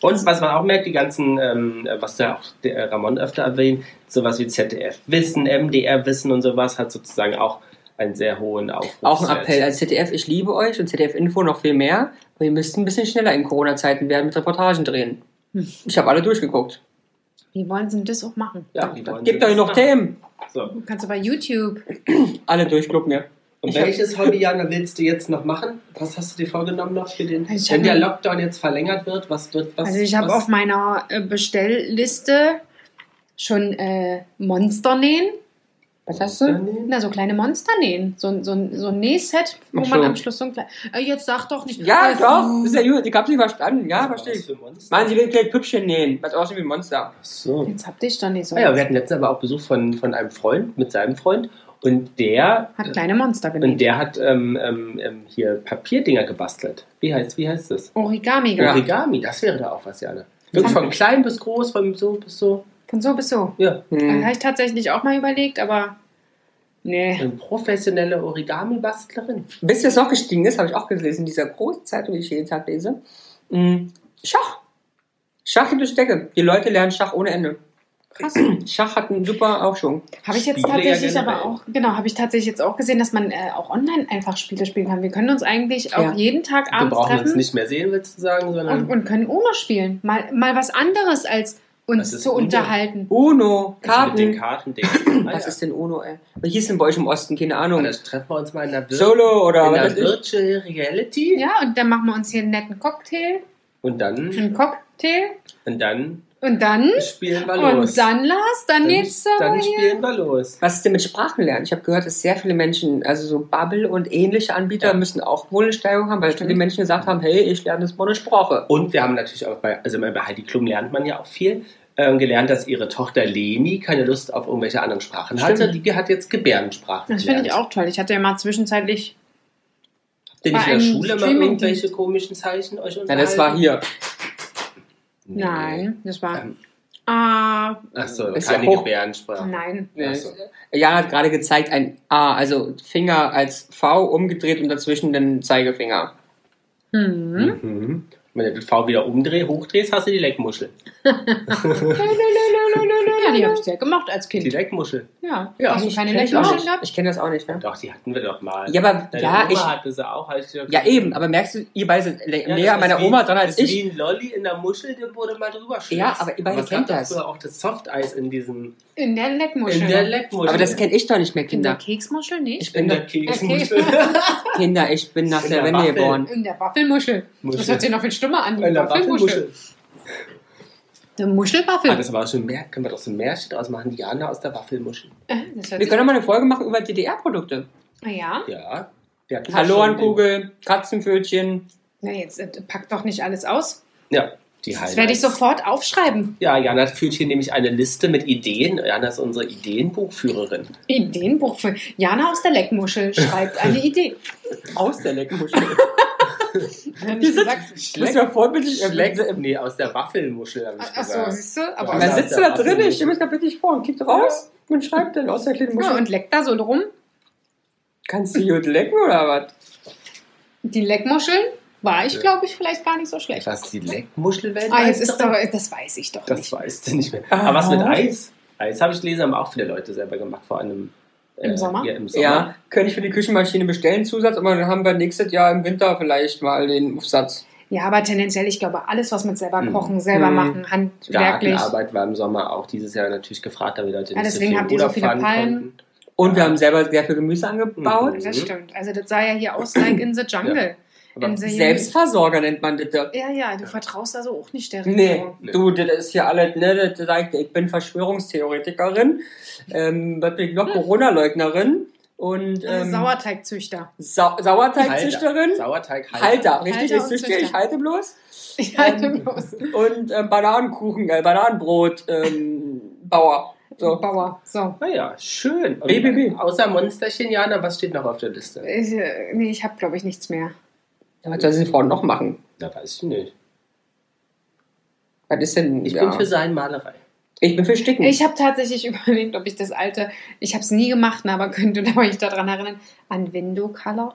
Speaker 2: Und was man auch merkt, die ganzen, ähm, was da auch der Ramon öfter erwähnt, sowas wie ZDF Wissen, MDR Wissen und sowas hat sozusagen auch einen sehr hohen Aufruf.
Speaker 4: Auch ein Appell Also, als ZDF, ich liebe euch und ZDF Info noch viel mehr. Aber ihr müsst ein bisschen schneller in Corona-Zeiten werden mit Reportagen drehen. Ich habe alle durchgeguckt.
Speaker 1: Wie wollen sie denn das auch machen?
Speaker 2: Ja, die wollen
Speaker 4: Gebt
Speaker 2: sie
Speaker 4: euch noch
Speaker 2: wissen.
Speaker 4: Themen.
Speaker 2: So.
Speaker 1: Kannst du bei YouTube.
Speaker 4: Alle durch, glaub mir.
Speaker 2: Und
Speaker 4: Ich
Speaker 2: welches Hobby, Jana, willst du jetzt noch machen? Was hast du dir vorgenommen noch für den?
Speaker 1: Ich
Speaker 2: wenn
Speaker 1: hab-
Speaker 2: der Lockdown jetzt verlängert wird, was wird was?
Speaker 1: Also ich habe
Speaker 2: was-
Speaker 1: auf meiner äh, Bestellliste schon äh, Monster nähen.
Speaker 4: Was hast du?
Speaker 1: Na, so kleine Monster nähen. So, ein- so, ein- so ein Nähset, wo
Speaker 4: Ach
Speaker 1: man
Speaker 4: so.
Speaker 1: am Schluss so ein kleines... Äh, jetzt sag doch nicht...
Speaker 4: Ja,
Speaker 1: Äh,
Speaker 4: doch. Ist ja gut. Ich hab's nicht verstanden. Ja, verstehe ich.
Speaker 2: Was für Monster?
Speaker 4: Mann, sie will gleich Püppchen nähen. Was aussieht wie ein Monster.
Speaker 2: Ach So.
Speaker 1: Jetzt hab dich doch nicht so...
Speaker 2: Ah ja, wir hatten letztens aber auch Besuch von, von einem Freund, mit seinem Freund. Und der,
Speaker 1: Hat kleine Monster
Speaker 2: und
Speaker 1: genäht.
Speaker 2: der hat ähm, ähm, ähm, hier Papierdinger gebastelt. Wie heißt, wie heißt das?
Speaker 1: Origami.
Speaker 4: Ja.
Speaker 1: gemacht.
Speaker 2: Origami, das wäre da auch was, Jana. Wirklich von klein bis groß, von so bis so.
Speaker 1: Von so bis so.
Speaker 2: Ja,
Speaker 1: Mhm.
Speaker 4: Hm.
Speaker 1: Habe ich tatsächlich auch mal überlegt, aber... Nee.
Speaker 2: eine professionelle Origami-Bastlerin.
Speaker 4: Wisst ihr, was noch gestiegen ist? Habe ich auch gelesen in dieser großen Zeitung, die ich jeden Tag lese. Hm. Schach. Schach gibt es Decke. Die Leute lernen Schach ohne Ende.
Speaker 1: Krass.
Speaker 4: *clears throat* Schach hat einen super Aufschwung.
Speaker 1: Habe ich jetzt
Speaker 2: Spiele ja
Speaker 1: tatsächlich
Speaker 2: generell.
Speaker 1: aber auch, genau, habe ich tatsächlich jetzt auch gesehen, dass man äh, auch online einfach Spiele spielen kann. Wir können uns eigentlich auch
Speaker 4: Ja.
Speaker 1: jeden Tag
Speaker 2: Wir
Speaker 1: abends
Speaker 2: brauchen uns
Speaker 1: treffen
Speaker 2: nicht mehr sehen, willst du sagen, sondern
Speaker 1: und, und können Uno spielen. Mal, mal was anderes als uns
Speaker 2: Das ist
Speaker 1: zu
Speaker 2: Uno.
Speaker 1: unterhalten.
Speaker 4: Uno.
Speaker 2: Also mit den
Speaker 4: Karten.
Speaker 2: Kartending. Ah,
Speaker 4: Was
Speaker 2: ja.
Speaker 4: ist denn Uno, ey? Wie hieß denn bei euch im Osten? Keine
Speaker 2: Und
Speaker 4: Ahnung.
Speaker 2: das treffen wir uns mal in der, Vir
Speaker 4: Solo oder
Speaker 2: in
Speaker 4: was
Speaker 2: der
Speaker 4: weiß ich.
Speaker 2: Virtual Reality.
Speaker 1: Ja, und dann machen wir uns hier einen netten Cocktail,
Speaker 2: Und dann,
Speaker 1: einen Cocktail
Speaker 2: und dann
Speaker 1: und dann
Speaker 2: spielen wir los.
Speaker 1: und dann Lars, dann jetzt
Speaker 2: dann,
Speaker 1: aber
Speaker 2: dann
Speaker 1: hier.
Speaker 2: spielen wir los.
Speaker 4: Was ist denn mit Sprachenlernen? Ich habe gehört, dass sehr viele Menschen, also so Bubble und ähnliche Anbieter,
Speaker 2: Ja.
Speaker 4: müssen auch wohl eine Steigerung haben, weil viele
Speaker 1: Stimmt.
Speaker 4: Menschen gesagt haben, hey, ich lerne jetzt mal eine Sprache.
Speaker 2: Und wir haben natürlich auch bei, also bei Heidi Klum lernt man ja auch viel, ähm, gelernt, dass ihre Tochter Leni keine Lust auf irgendwelche anderen Sprachen
Speaker 4: Stimmt.
Speaker 2: hatte. Die hat jetzt Gebärdensprache
Speaker 1: Das finde ich
Speaker 2: gelernt.
Speaker 1: auch toll. Ich hatte ja mal zwischenzeitlich
Speaker 2: Habt ihr nicht
Speaker 1: Bei
Speaker 2: in der
Speaker 1: einem
Speaker 2: Schule mal
Speaker 1: Streaming-
Speaker 2: irgendwelche komischen Zeichen euch
Speaker 4: Na, das
Speaker 2: unterhalten?
Speaker 4: war hier.
Speaker 2: Nee.
Speaker 1: Nein, das war
Speaker 2: Ähm,
Speaker 1: Ah,
Speaker 2: Achso,
Speaker 4: Ist ja
Speaker 2: keine
Speaker 4: hoch.
Speaker 2: Gebärdensprache.
Speaker 1: nein.
Speaker 2: Ach so.
Speaker 4: Jana hat gerade gezeigt ein A, also Finger als V umgedreht und dazwischen den Zeigefinger.
Speaker 1: *laughs* Hm.
Speaker 2: Mhm. Wenn du das V wieder umdrehst, hochdrehst, hast du die Leckmuschel.
Speaker 1: Ja, die habe ich sehr gemacht als
Speaker 2: Die
Speaker 1: Kind.
Speaker 2: Leckmuschel.
Speaker 1: Ja.
Speaker 2: Ja,
Speaker 1: Hast du
Speaker 4: Ich
Speaker 1: keine
Speaker 4: kenn das auch
Speaker 1: Leckmuscheln
Speaker 4: nicht.
Speaker 1: gehabt?
Speaker 4: Ich kenne das auch nicht, ne?
Speaker 2: Doch, die hatten wir doch mal.
Speaker 4: Ja, aber
Speaker 2: Deine
Speaker 4: ja,
Speaker 2: Oma
Speaker 4: ich.
Speaker 2: hatte sie auch. hab ich dir doch
Speaker 4: Ja,
Speaker 2: gesagt.
Speaker 4: eben, aber merkst du, ihr beide seid le-
Speaker 2: Ja,
Speaker 4: näher
Speaker 2: das
Speaker 4: meiner
Speaker 2: ist wie-
Speaker 4: Oma dran
Speaker 2: halt das
Speaker 4: als
Speaker 2: ist
Speaker 4: ich.
Speaker 2: Wie ein Lolli in der Muschel, der wurde mal drüber schlägt.
Speaker 4: Ja, aber ihr beide kennt das.
Speaker 2: früher auch das Softeis in diesem.
Speaker 1: In der Leckmuschel.
Speaker 2: In der Leckmuschel.
Speaker 4: Aber das kenne ich doch nicht mehr,
Speaker 1: In der
Speaker 4: Kinder.
Speaker 1: Keksmuschel
Speaker 4: Ich
Speaker 1: nicht?
Speaker 2: In
Speaker 4: bin
Speaker 2: der
Speaker 4: doch,
Speaker 2: Keksmuschel.
Speaker 4: Kinder, ich bin nach
Speaker 2: In
Speaker 4: der
Speaker 2: der
Speaker 4: Wende
Speaker 2: Waffel.
Speaker 4: geboren.
Speaker 1: In der Waffelmuschel. Das
Speaker 2: Muschel.
Speaker 1: hört sich noch viel schlimmer an.
Speaker 2: *laughs* In der Waffelmuschel.
Speaker 1: Eine Muschelwaffel.
Speaker 2: Ah, das war schon mehr. Können wir doch so ein Märchen draus machen? Diana aus der Waffelmuschel.
Speaker 1: Äh, das hört
Speaker 4: Wir
Speaker 1: sich-
Speaker 4: können doch mal eine Folge machen über DDR-Produkte.
Speaker 1: Ah, ja.
Speaker 2: Ja. Wir hatten
Speaker 4: Hallo
Speaker 2: schon
Speaker 4: an Kugel, Katzenpfötchen.
Speaker 1: Na, jetzt äh, pack doch nicht alles aus.
Speaker 2: Den, ja, die
Speaker 1: Das
Speaker 2: Highlights.
Speaker 1: werde ich sofort aufschreiben.
Speaker 2: Ja, Jana führt hier nämlich eine Liste mit Ideen. Jana ist unsere Ideenbuchführerin.
Speaker 1: Ideenbuch für Jana aus der Leckmuschel schreibt eine
Speaker 2: *laughs*
Speaker 1: Idee.
Speaker 4: Aus der Leckmuschel.
Speaker 1: Hat er nicht gesagt?
Speaker 4: Das war vorbildlich.
Speaker 2: Schleck, nee, aus der Waffelmuschel habe ich
Speaker 1: Achso,
Speaker 2: gesagt.
Speaker 1: siehst du? Aber
Speaker 2: Ja,
Speaker 4: Man
Speaker 1: ja,
Speaker 2: das-
Speaker 4: sitzt da drin, ich stelle mir das bitte nicht vor und kippt raus und schreibt dann aus der kleinen Muschel.
Speaker 1: und leckt da so drum.
Speaker 4: Kannst du gut lecken oder was?
Speaker 1: Die Leckmuscheln war ich, glaube ich, vielleicht gar nicht so schlecht.
Speaker 2: Was die Leckmuschelwelt
Speaker 1: Ah, jetzt ist doch, das weiß ich doch
Speaker 2: Das
Speaker 1: nicht.
Speaker 2: weißt du nicht mehr.
Speaker 4: Ah.
Speaker 2: Aber was mit Eis? Eis habe ich gelesen, haben auch viele Leute selber gemacht, vor allem
Speaker 1: Im Sommer?
Speaker 2: Ja, im Sommer.
Speaker 4: Ja, könnte ich für die Küchenmaschine bestellen, Zusatz, aber dann haben wir nächstes Jahr im Winter vielleicht mal den Aufsatz.
Speaker 1: Ja, aber tendenziell, ich glaube, alles, was mit selber
Speaker 2: Mhm.
Speaker 1: kochen, selber
Speaker 4: Mhm.
Speaker 1: machen, handwerklich.
Speaker 2: Gartenarbeit war im Sommer auch dieses Jahr natürlich gefragt, da die Leute
Speaker 1: Ja,
Speaker 2: nicht
Speaker 1: deswegen
Speaker 2: so viel
Speaker 1: habt ihr so
Speaker 2: Urlaub
Speaker 1: viele
Speaker 2: fahren
Speaker 1: Palmen.
Speaker 2: konnten.
Speaker 4: Und wir haben selber sehr viel Gemüse angebaut.
Speaker 2: Mhm.
Speaker 1: Das stimmt. Also das sah ja hier aus like in the jungle.
Speaker 2: Aber
Speaker 1: in the
Speaker 4: Selbstversorger nennt man das. dort.
Speaker 1: Ja, ja, du vertraust also auch nicht der
Speaker 4: Nee,
Speaker 1: Regierung.
Speaker 2: Nee.
Speaker 4: du, das ist hier alles, ne, das sagt, ich bin Verschwörungstheoretikerin, ähm, was bin ich noch, Corona-Leugnerin und
Speaker 1: Hm. Also
Speaker 4: ähm,
Speaker 1: Sauerteigzüchter. *laughs*
Speaker 4: Sau Sauerteigzüchterin,
Speaker 2: Sauerteig Halter.
Speaker 4: Halter, richtig,
Speaker 1: Halter
Speaker 4: ich
Speaker 1: und
Speaker 4: züchte, ich
Speaker 1: Züchter.
Speaker 4: halte bloß. ähm,
Speaker 1: Ich halte bloß.
Speaker 4: Und ähm, Bananenkuchen, äh, Bananenbrot, ähm, Bauer. So.
Speaker 1: Bauer. So.
Speaker 2: Naja, Ah schön. Und
Speaker 4: BBB.
Speaker 2: Außer Monsterchen, Jana, was steht noch auf der Liste?
Speaker 1: Ich, äh, nee, ich habe, glaube ich, nichts mehr.
Speaker 4: Was soll sie Frau noch machen?
Speaker 2: Na, weiß ich nicht.
Speaker 4: Was ist denn?
Speaker 2: Ich
Speaker 4: ja.
Speaker 2: bin für sein Malerei.
Speaker 4: ich bin für Sticken.
Speaker 1: Ich habe tatsächlich *laughs* überlegt, ob ich das alte, ich habe es nie gemacht, ne, aber könnte euch daran erinnern, an Window Color.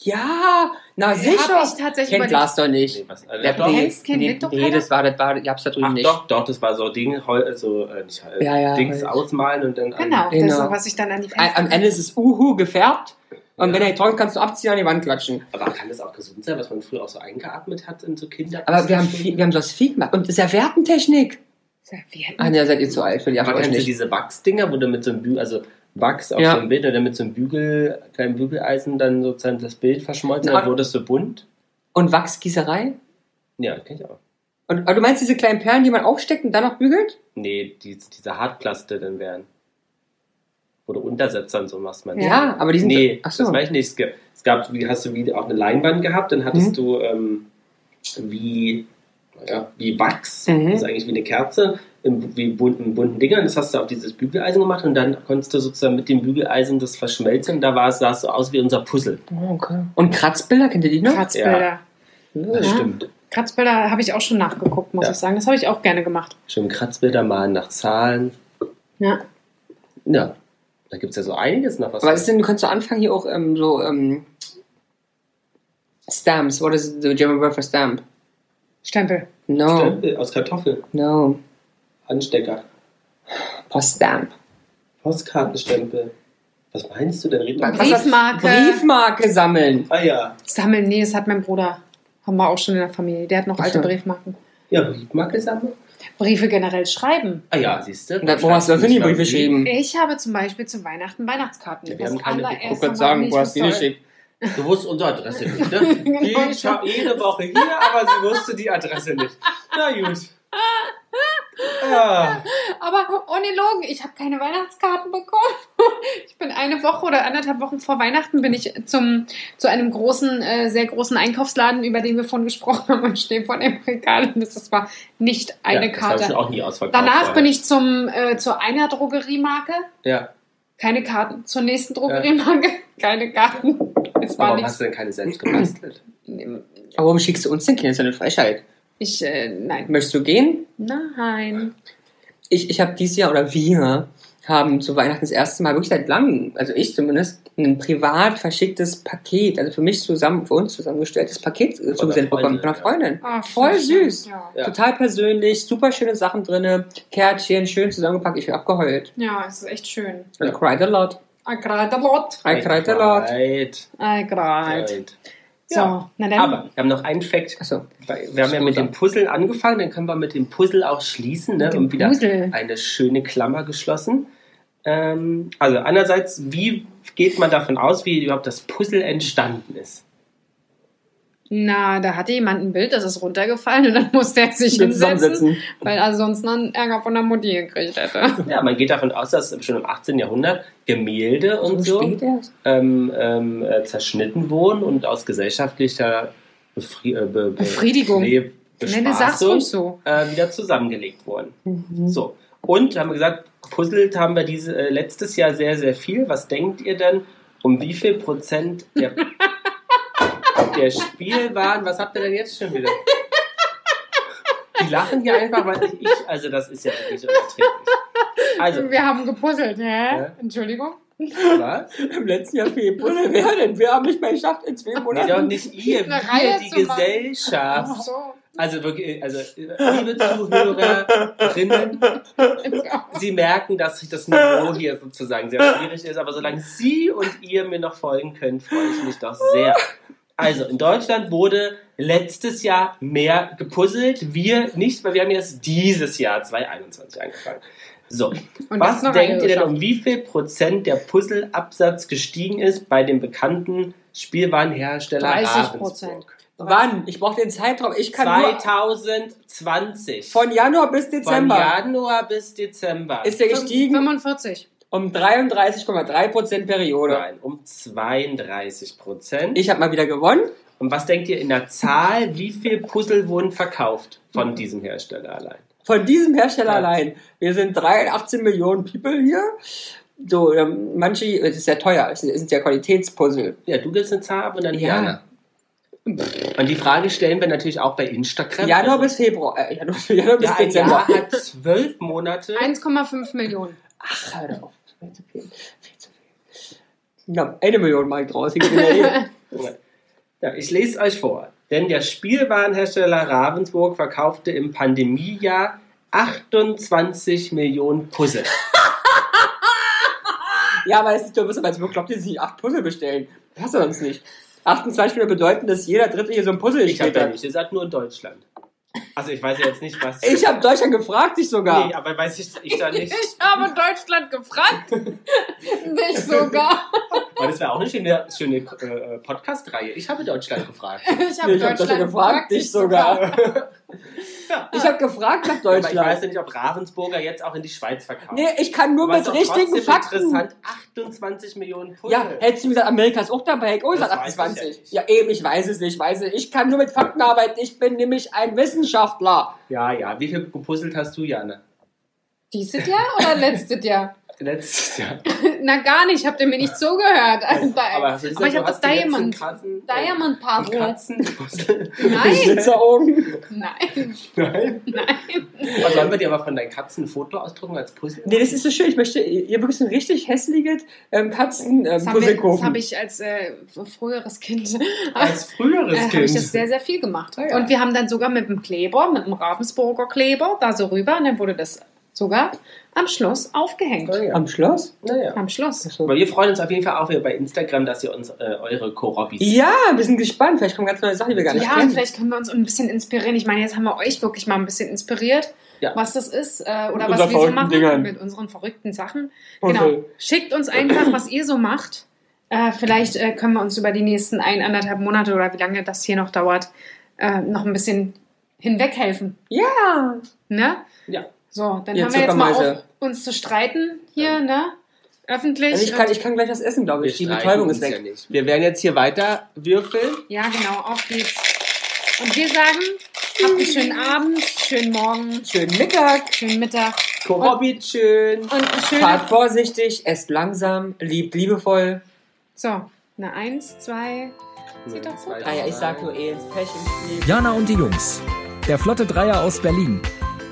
Speaker 4: ja, na sicher.
Speaker 1: Habe ich tatsächlich
Speaker 4: Kennt
Speaker 1: überlegt.
Speaker 4: Lars doch nicht.
Speaker 2: Nee, was, also,
Speaker 4: Ja,
Speaker 2: doch.
Speaker 1: nee. kennst kein
Speaker 4: nee,
Speaker 1: Window
Speaker 4: nee,
Speaker 1: Color?
Speaker 4: das war, das war, ich hab's da drüben
Speaker 2: Ach
Speaker 4: nicht.
Speaker 2: doch, doch, das war so Ding, heu- so, äh, nicht, heu-
Speaker 4: Ja, ja,
Speaker 2: Dings
Speaker 4: halt.
Speaker 2: ausmalen und dann.
Speaker 1: Genau,
Speaker 4: Genau.
Speaker 1: das, was ich dann an die
Speaker 4: A- Am
Speaker 1: Fenster...
Speaker 4: Ende ist es Uhu gefärbt. Und
Speaker 2: Ja.
Speaker 4: wenn er trocken kannst du abziehen an die Wand klatschen.
Speaker 2: Aber kann das auch gesund sein, was man früher auch so eingeatmet hat in so Kinder?
Speaker 4: Aber wir haben, viel, wir haben so was viel gemacht. Und das ist ja Wertentechnik. Ah,
Speaker 1: Servietten.
Speaker 4: ja, seid ihr zu alt für die
Speaker 2: Mhm. Aber
Speaker 4: Arbeit
Speaker 2: kennst du
Speaker 4: nicht.
Speaker 2: diese Wachsdinger, wo du mit so einem Bügel, also Wachs auf
Speaker 4: Ja.
Speaker 2: so einem Bild oder mit so einem Bügel, kleinen Bügeleisen dann sozusagen das Bild verschmolzen,
Speaker 4: Na,
Speaker 2: dann wurde es so bunt?
Speaker 4: Und Wachsgießerei?
Speaker 2: Ja, das kenn ich auch.
Speaker 4: Und, aber du meinst diese kleinen Perlen, die man aufsteckt und dann noch bügelt?
Speaker 2: Nee, die, diese Hartplaste dann wären. Wo du Untersetzer und so machst, man.
Speaker 1: Ja.
Speaker 4: Ja, aber die sind.
Speaker 2: Nee,
Speaker 4: ach so.
Speaker 2: das weiß ich nicht. Es gab- Es gab, wie hast du wie auch eine Leinwand gehabt, dann hattest
Speaker 4: Mhm.
Speaker 2: du ähm, wie, ja, wie Wachs,
Speaker 4: Mhm.
Speaker 2: das ist eigentlich wie eine Kerze, in, wie bunten, bunten Dingern. Das hast du auf dieses Bügeleisen gemacht und dann konntest du sozusagen mit dem Bügeleisen das verschmelzen. Da war, es- sah es so aus wie unser Puzzle.
Speaker 4: Oh, okay. Und Kratzbilder, kennt ihr die noch?
Speaker 1: Kratzbilder.
Speaker 2: Das
Speaker 1: Ja.
Speaker 2: stimmt.
Speaker 1: Kratzbilder habe ich auch schon nachgeguckt, muss
Speaker 2: Ja.
Speaker 1: ich sagen. Das habe ich auch gerne gemacht.
Speaker 2: Schön Kratzbilder malen nach Zahlen.
Speaker 1: Ja.
Speaker 2: Ja, da gibt es ja so einiges noch. Was
Speaker 4: Aber was ist denn, du kannst so anfangen hier auch ähm, so ähm, Stamps. What is the German word for stamp?
Speaker 1: Stempel.
Speaker 4: No,
Speaker 2: Stempel aus Kartoffeln,
Speaker 4: no.
Speaker 2: Anstecker,
Speaker 4: Poststamp.
Speaker 2: Postkartenstempel. Was meinst du denn? Red doch
Speaker 1: Was-
Speaker 2: mal.
Speaker 1: Briefmarke.
Speaker 4: Briefmarke sammeln.
Speaker 2: Ah ja.
Speaker 1: Sammeln, nee, das hat mein Bruder. Haben wir auch schon in der Familie. Der hat noch
Speaker 4: Ach
Speaker 1: alte
Speaker 4: so.
Speaker 1: Briefmarken.
Speaker 2: Ja, Briefmarke sammeln?
Speaker 1: Briefe generell schreiben.
Speaker 2: Ah ja, siehst du.
Speaker 4: Und dann, wo hast du das in die Briefe geschrieben?
Speaker 1: Ich habe zum Beispiel zu Weihnachten Weihnachtskarten.
Speaker 2: Ja, wir haben keine
Speaker 1: allererste
Speaker 2: Ich
Speaker 4: Ich wollte
Speaker 1: Mal
Speaker 4: sagen,
Speaker 1: nicht,
Speaker 4: wo hast
Speaker 2: eh
Speaker 4: du die
Speaker 1: was soll.
Speaker 4: geschickt?
Speaker 2: Du wusstest unsere Adresse
Speaker 1: *laughs*
Speaker 2: nicht, ne?
Speaker 1: Genau.
Speaker 2: Ich war jede Woche hier, aber sie wusste die Adresse nicht. Na
Speaker 1: *laughs*
Speaker 2: gut. Ah,
Speaker 1: Aber ohne Logen, ich habe keine Weihnachtskarten bekommen. *laughs* Ich bin eine Woche oder anderthalb Wochen vor Weihnachten bin ich zum, zu einem großen, äh, sehr großen Einkaufsladen, über den wir vorhin gesprochen haben, und stehe vor dem Regal. Und das- das war nicht eine
Speaker 2: ja, Das
Speaker 1: Karte.
Speaker 2: hab ich auch nie ausverkauft.
Speaker 1: Danach
Speaker 2: vorher.
Speaker 1: bin ich zum, äh, zu einer Drogeriemarke,
Speaker 2: Ja.
Speaker 1: keine Karten. Zur nächsten Drogeriemarke, *laughs* keine Karten. Es war
Speaker 2: Warum hast
Speaker 1: nichts.
Speaker 2: du denn keine selbst gebastelt?
Speaker 4: Aber warum schickst du uns denn Kinder? Das ist ja eine Frechheit.
Speaker 1: Ich, äh, nein.
Speaker 4: Möchtest du gehen?
Speaker 1: Nein.
Speaker 4: ich, ich habe dieses Jahr oder wir haben zu Weihnachten das erste Mal wirklich seit langem, also ich zumindest, ein privat verschicktes Paket, also für mich zusammen, für uns zusammengestelltes Paket äh, zugesendet bekommen
Speaker 2: Freundin,
Speaker 4: von einer
Speaker 2: ja.
Speaker 4: Freundin.
Speaker 1: Ah,
Speaker 4: Voll
Speaker 1: schön.
Speaker 4: süß.
Speaker 1: Ja,
Speaker 2: Ja.
Speaker 4: Total persönlich, super schöne Sachen drinne, Kärtchen, schön zusammengepackt, ich bin abgeheult.
Speaker 1: ja es ist echt schön.
Speaker 4: I
Speaker 2: Ja.
Speaker 4: cried a lot.
Speaker 1: I cried a lot.
Speaker 4: I cried a lot.
Speaker 2: Right.
Speaker 1: I cried.
Speaker 2: Right.
Speaker 1: So,
Speaker 2: Ja.
Speaker 1: na
Speaker 4: Ähm.
Speaker 1: dann.
Speaker 2: Aber wir haben noch einen Fact.
Speaker 4: Achso.
Speaker 2: Wir haben ja mit dem Puzzle angefangen, dann können wir mit dem Puzzle auch schließen ne?
Speaker 1: Mit dem
Speaker 2: und wieder
Speaker 1: Puzzle.
Speaker 2: eine schöne Klammer geschlossen. Ähm, also einerseits, wie geht man davon aus, wie überhaupt das Puzzle entstanden ist?
Speaker 1: Na, da hatte jemand ein Bild, das ist runtergefallen und dann *laughs* musste er sich hinsetzen, weil er sonst noch einen Ärger von der Mutti gekriegt
Speaker 2: *laughs*
Speaker 1: hätte.
Speaker 2: Ja, man geht davon aus, dass schon im 18. Jahrhundert Gemälde und so
Speaker 4: So spät erst.
Speaker 2: ähm, ähm, äh, zerschnitten wurden und aus gesellschaftlicher Befri äh, be
Speaker 1: Befriedigung.
Speaker 2: Nee,
Speaker 1: Nee, du sagst
Speaker 2: Bespaßung,
Speaker 1: ruhig so.
Speaker 2: Äh, wieder zusammengelegt wurden.
Speaker 4: Mhm.
Speaker 2: So, und haben wir gesagt, puzzelt haben wir diese, äh, letztes Jahr sehr, sehr viel. Was denkt ihr denn, um wie viel Prozent
Speaker 1: *laughs*
Speaker 2: der, der Spiel waren? Was habt ihr denn jetzt schon wieder? Die lachen hier einfach, weil ich, ich also das ist ja wirklich unerträglich. Also,
Speaker 1: Wir haben gepuzzelt, hä?
Speaker 2: Ja.
Speaker 1: Entschuldigung.
Speaker 2: was?
Speaker 4: Im letzten Jahr Februar, wer denn? Wir haben nicht mehr geschafft in zwei
Speaker 2: Nee, doch
Speaker 4: Monaten.
Speaker 2: nicht ihr,
Speaker 1: Eine Reihe
Speaker 2: wir, die
Speaker 1: zu machen.
Speaker 2: Gesellschaft.
Speaker 1: Ach so. *laughs*
Speaker 2: Also wirklich, also liebe Zuhörerinnen, Sie merken, dass sich das Niveau hier sozusagen sehr schwierig ist, aber solange Sie und ihr mir noch folgen können, freue ich mich doch sehr. Also, in Deutschland wurde letztes Jahr mehr gepuzzelt. Wir nicht, weil wir haben erst dieses Jahr 2021 angefangen. So,
Speaker 1: Und das
Speaker 2: was
Speaker 1: ist eine
Speaker 2: denkt ihr denn,
Speaker 1: Reihe
Speaker 2: um wie viel Prozent der Puzzleabsatz gestiegen ist bei dem bekannten Spielwarenhersteller
Speaker 1: 30
Speaker 2: Ravensburg?
Speaker 1: Prozent.
Speaker 4: Wann? Ich brauche den Zeitraum. Ich kann nur
Speaker 2: 2020.
Speaker 4: von Januar bis
Speaker 2: Von
Speaker 4: Dezember
Speaker 2: Januar bis Dezember.
Speaker 4: ist er gestiegen
Speaker 1: 45.
Speaker 4: um 33,3% Periode.
Speaker 2: Nein, um 32 Prozent.
Speaker 4: Ich habe mal wieder gewonnen.
Speaker 2: Und was denkt ihr in der Zahl, wie viel Puzzle wurden verkauft
Speaker 4: Mhm.
Speaker 2: von diesem Hersteller allein?
Speaker 4: Von diesem Hersteller
Speaker 2: Ja.
Speaker 4: allein. Wir sind 18 Millionen People hier. So, ähm, manche, es ist ja teuer, es sind ja Qualitätspuzzle.
Speaker 2: Ja, du gibst eine Zahl ab und dann
Speaker 4: Ja.
Speaker 2: Jana. Und die Frage stellen wir natürlich auch bei Instagram.
Speaker 4: Januar bis Februar, äh, Januar, *laughs* Januar bis
Speaker 2: ja, ein
Speaker 4: Dezember.
Speaker 2: Jahr hat zwölf Monate.
Speaker 1: 1,5 Millionen.
Speaker 4: Ach, hör doch auf. Viel zu viel. Viel zu viel. Ja, eine Million Mark draus. Ich bin ja
Speaker 2: *laughs*
Speaker 4: eh-
Speaker 2: Ja, ich lese euch vor. Denn der Spielwarenhersteller Ravensburg verkaufte im Pandemiejahr 28 Millionen Puzzle.
Speaker 4: ja, aber es ist doch besser, weil es glaubt, die sich acht Puzzle bestellen. Das hast du sonst nicht. 28 Millionen bedeuten, dass jeder Dritte hier so ein Puzzle
Speaker 2: Ich habe
Speaker 4: steht.
Speaker 2: ja
Speaker 4: hat.
Speaker 2: nicht gesagt, nur in Deutschland. Also ich weiß ja jetzt nicht, was...
Speaker 4: Ich habe Deutschland gefragt, dich sogar.
Speaker 2: Nee, aber weiß ich, ich da nicht.
Speaker 1: Ich habe Deutschland
Speaker 2: *laughs*
Speaker 1: gefragt. Nicht sogar.
Speaker 2: Aber das wäre auch eine schöne, schöne äh, Podcast-Reihe. Ich habe Deutschland gefragt.
Speaker 1: Ich
Speaker 4: Nee, ich habe Deutschland gefragt, dich sogar.
Speaker 2: *laughs*
Speaker 4: Ich habe gefragt nach
Speaker 2: Aber ich weiß
Speaker 4: Deutschland.
Speaker 2: ja nicht, ob Ravensburger jetzt auch in die Schweiz verkauft.
Speaker 4: Nee, ich kann nur
Speaker 2: Aber es
Speaker 4: mit
Speaker 2: ist doch
Speaker 4: richtigen
Speaker 2: trotzdem
Speaker 4: Fakten.
Speaker 2: Interessant, 28 Millionen Puzzle.
Speaker 4: Ja, hättest du gesagt, Amerika ist auch dabei. Oh, ich
Speaker 2: Das
Speaker 4: sag
Speaker 2: weiß ich ja
Speaker 4: 28.
Speaker 2: nicht.
Speaker 4: Ja, eben, ich weiß es nicht. Ich, weiß es. ich kann nur mit Fakten arbeiten. Ich bin nämlich ein Wissenschaftler.
Speaker 2: ja, ja. Wie viel gepuzzelt hast du, Jana?
Speaker 1: Dieses Jahr oder letztes Jahr?
Speaker 2: Letztes Jahr.
Speaker 1: Na gar nicht, habt ihr mir nicht zugehört. Also,
Speaker 2: Aber, hast du gesagt,
Speaker 1: ich hab
Speaker 2: du
Speaker 1: das
Speaker 2: hast die letzten
Speaker 1: Diamond.
Speaker 2: Katzen, äh,
Speaker 1: Diamond
Speaker 2: die
Speaker 1: Puzzle.
Speaker 2: Katzenpuzzle.
Speaker 1: Nein,
Speaker 4: Blitzeraugen.
Speaker 1: nein.
Speaker 2: *laughs* Nein. Nein. Sollen wir dir aber von deinen Katzen ein Foto ausdrucken als Puzzle?
Speaker 4: Nee, das ist so schön. Ich möchte ihr wirklich so ein richtig hässliches ähm,
Speaker 1: Das haben wir- das
Speaker 4: Katzen-Puzzle-Kuchen.
Speaker 1: habe ich als äh, früheres Kind, *laughs*
Speaker 2: Als
Speaker 1: äh,
Speaker 2: früheres
Speaker 1: habe ich
Speaker 2: Kind.
Speaker 1: das sehr, sehr viel gemacht.
Speaker 2: Ah, ja.
Speaker 1: Und wir haben dann sogar mit dem Kleber, mit dem Ravensburger Kleber, da so rüber und dann wurde das sogar am Schluss aufgehängt.
Speaker 2: naja.
Speaker 4: Am Schloss?
Speaker 2: naja.
Speaker 1: Am Schluss.
Speaker 2: Aber wir freuen uns auf jeden Fall auch wieder bei Instagram, dass ihr uns äh, eure Korobbis
Speaker 4: Ja, wir sind gespannt. Vielleicht kommen ganz neue Sachen, die wir gar nicht
Speaker 1: Ja, und
Speaker 4: kennen.
Speaker 1: vielleicht können wir uns ein bisschen inspirieren. Ich meine, jetzt haben wir euch wirklich mal ein bisschen inspiriert,
Speaker 2: Ja.
Speaker 1: was das ist äh, oder
Speaker 4: Mit unseren
Speaker 1: was wir so
Speaker 4: verrückten
Speaker 1: machen
Speaker 4: Dingern.
Speaker 1: mit unseren verrückten Sachen.
Speaker 4: Puzzle.
Speaker 1: Genau. Schickt uns einfach, was ihr so macht. Äh, vielleicht äh, können wir uns über die nächsten ein, anderthalb Monate oder wie lange das hier noch dauert, äh, noch ein bisschen hinweghelfen.
Speaker 4: Ja.
Speaker 1: Ne?
Speaker 2: Ja.
Speaker 1: So, dann
Speaker 4: Ihr
Speaker 1: haben wir jetzt mal auf,
Speaker 4: Zuckermäuse.
Speaker 1: uns zu streiten hier,
Speaker 2: Ja.
Speaker 1: ne? Öffentlich.
Speaker 4: Also ich, kann, ich kann gleich was essen, glaube
Speaker 2: Wir
Speaker 4: ich. Die
Speaker 2: streiten
Speaker 4: Betäubung ist
Speaker 2: uns ja
Speaker 4: weg.
Speaker 2: nicht. Wir werden jetzt hier weiter würfeln.
Speaker 1: ja, genau, auf geht's. Und wir sagen, habt einen schönen Abend, schönen Morgen,
Speaker 4: Schönen Mittag.
Speaker 1: schönen Mittag.
Speaker 2: Korobi schön.
Speaker 1: Und eine schöne.
Speaker 4: Fahrt vorsichtig, esst langsam, liebt liebevoll.
Speaker 1: So, eine Eins, zwei. Sieht doch gut
Speaker 4: Ah
Speaker 2: Ah
Speaker 4: Naja, ich sag nur eh ins Pech und Spiel.
Speaker 3: Jana und die Jungs. Der Flotte Dreier aus Berlin.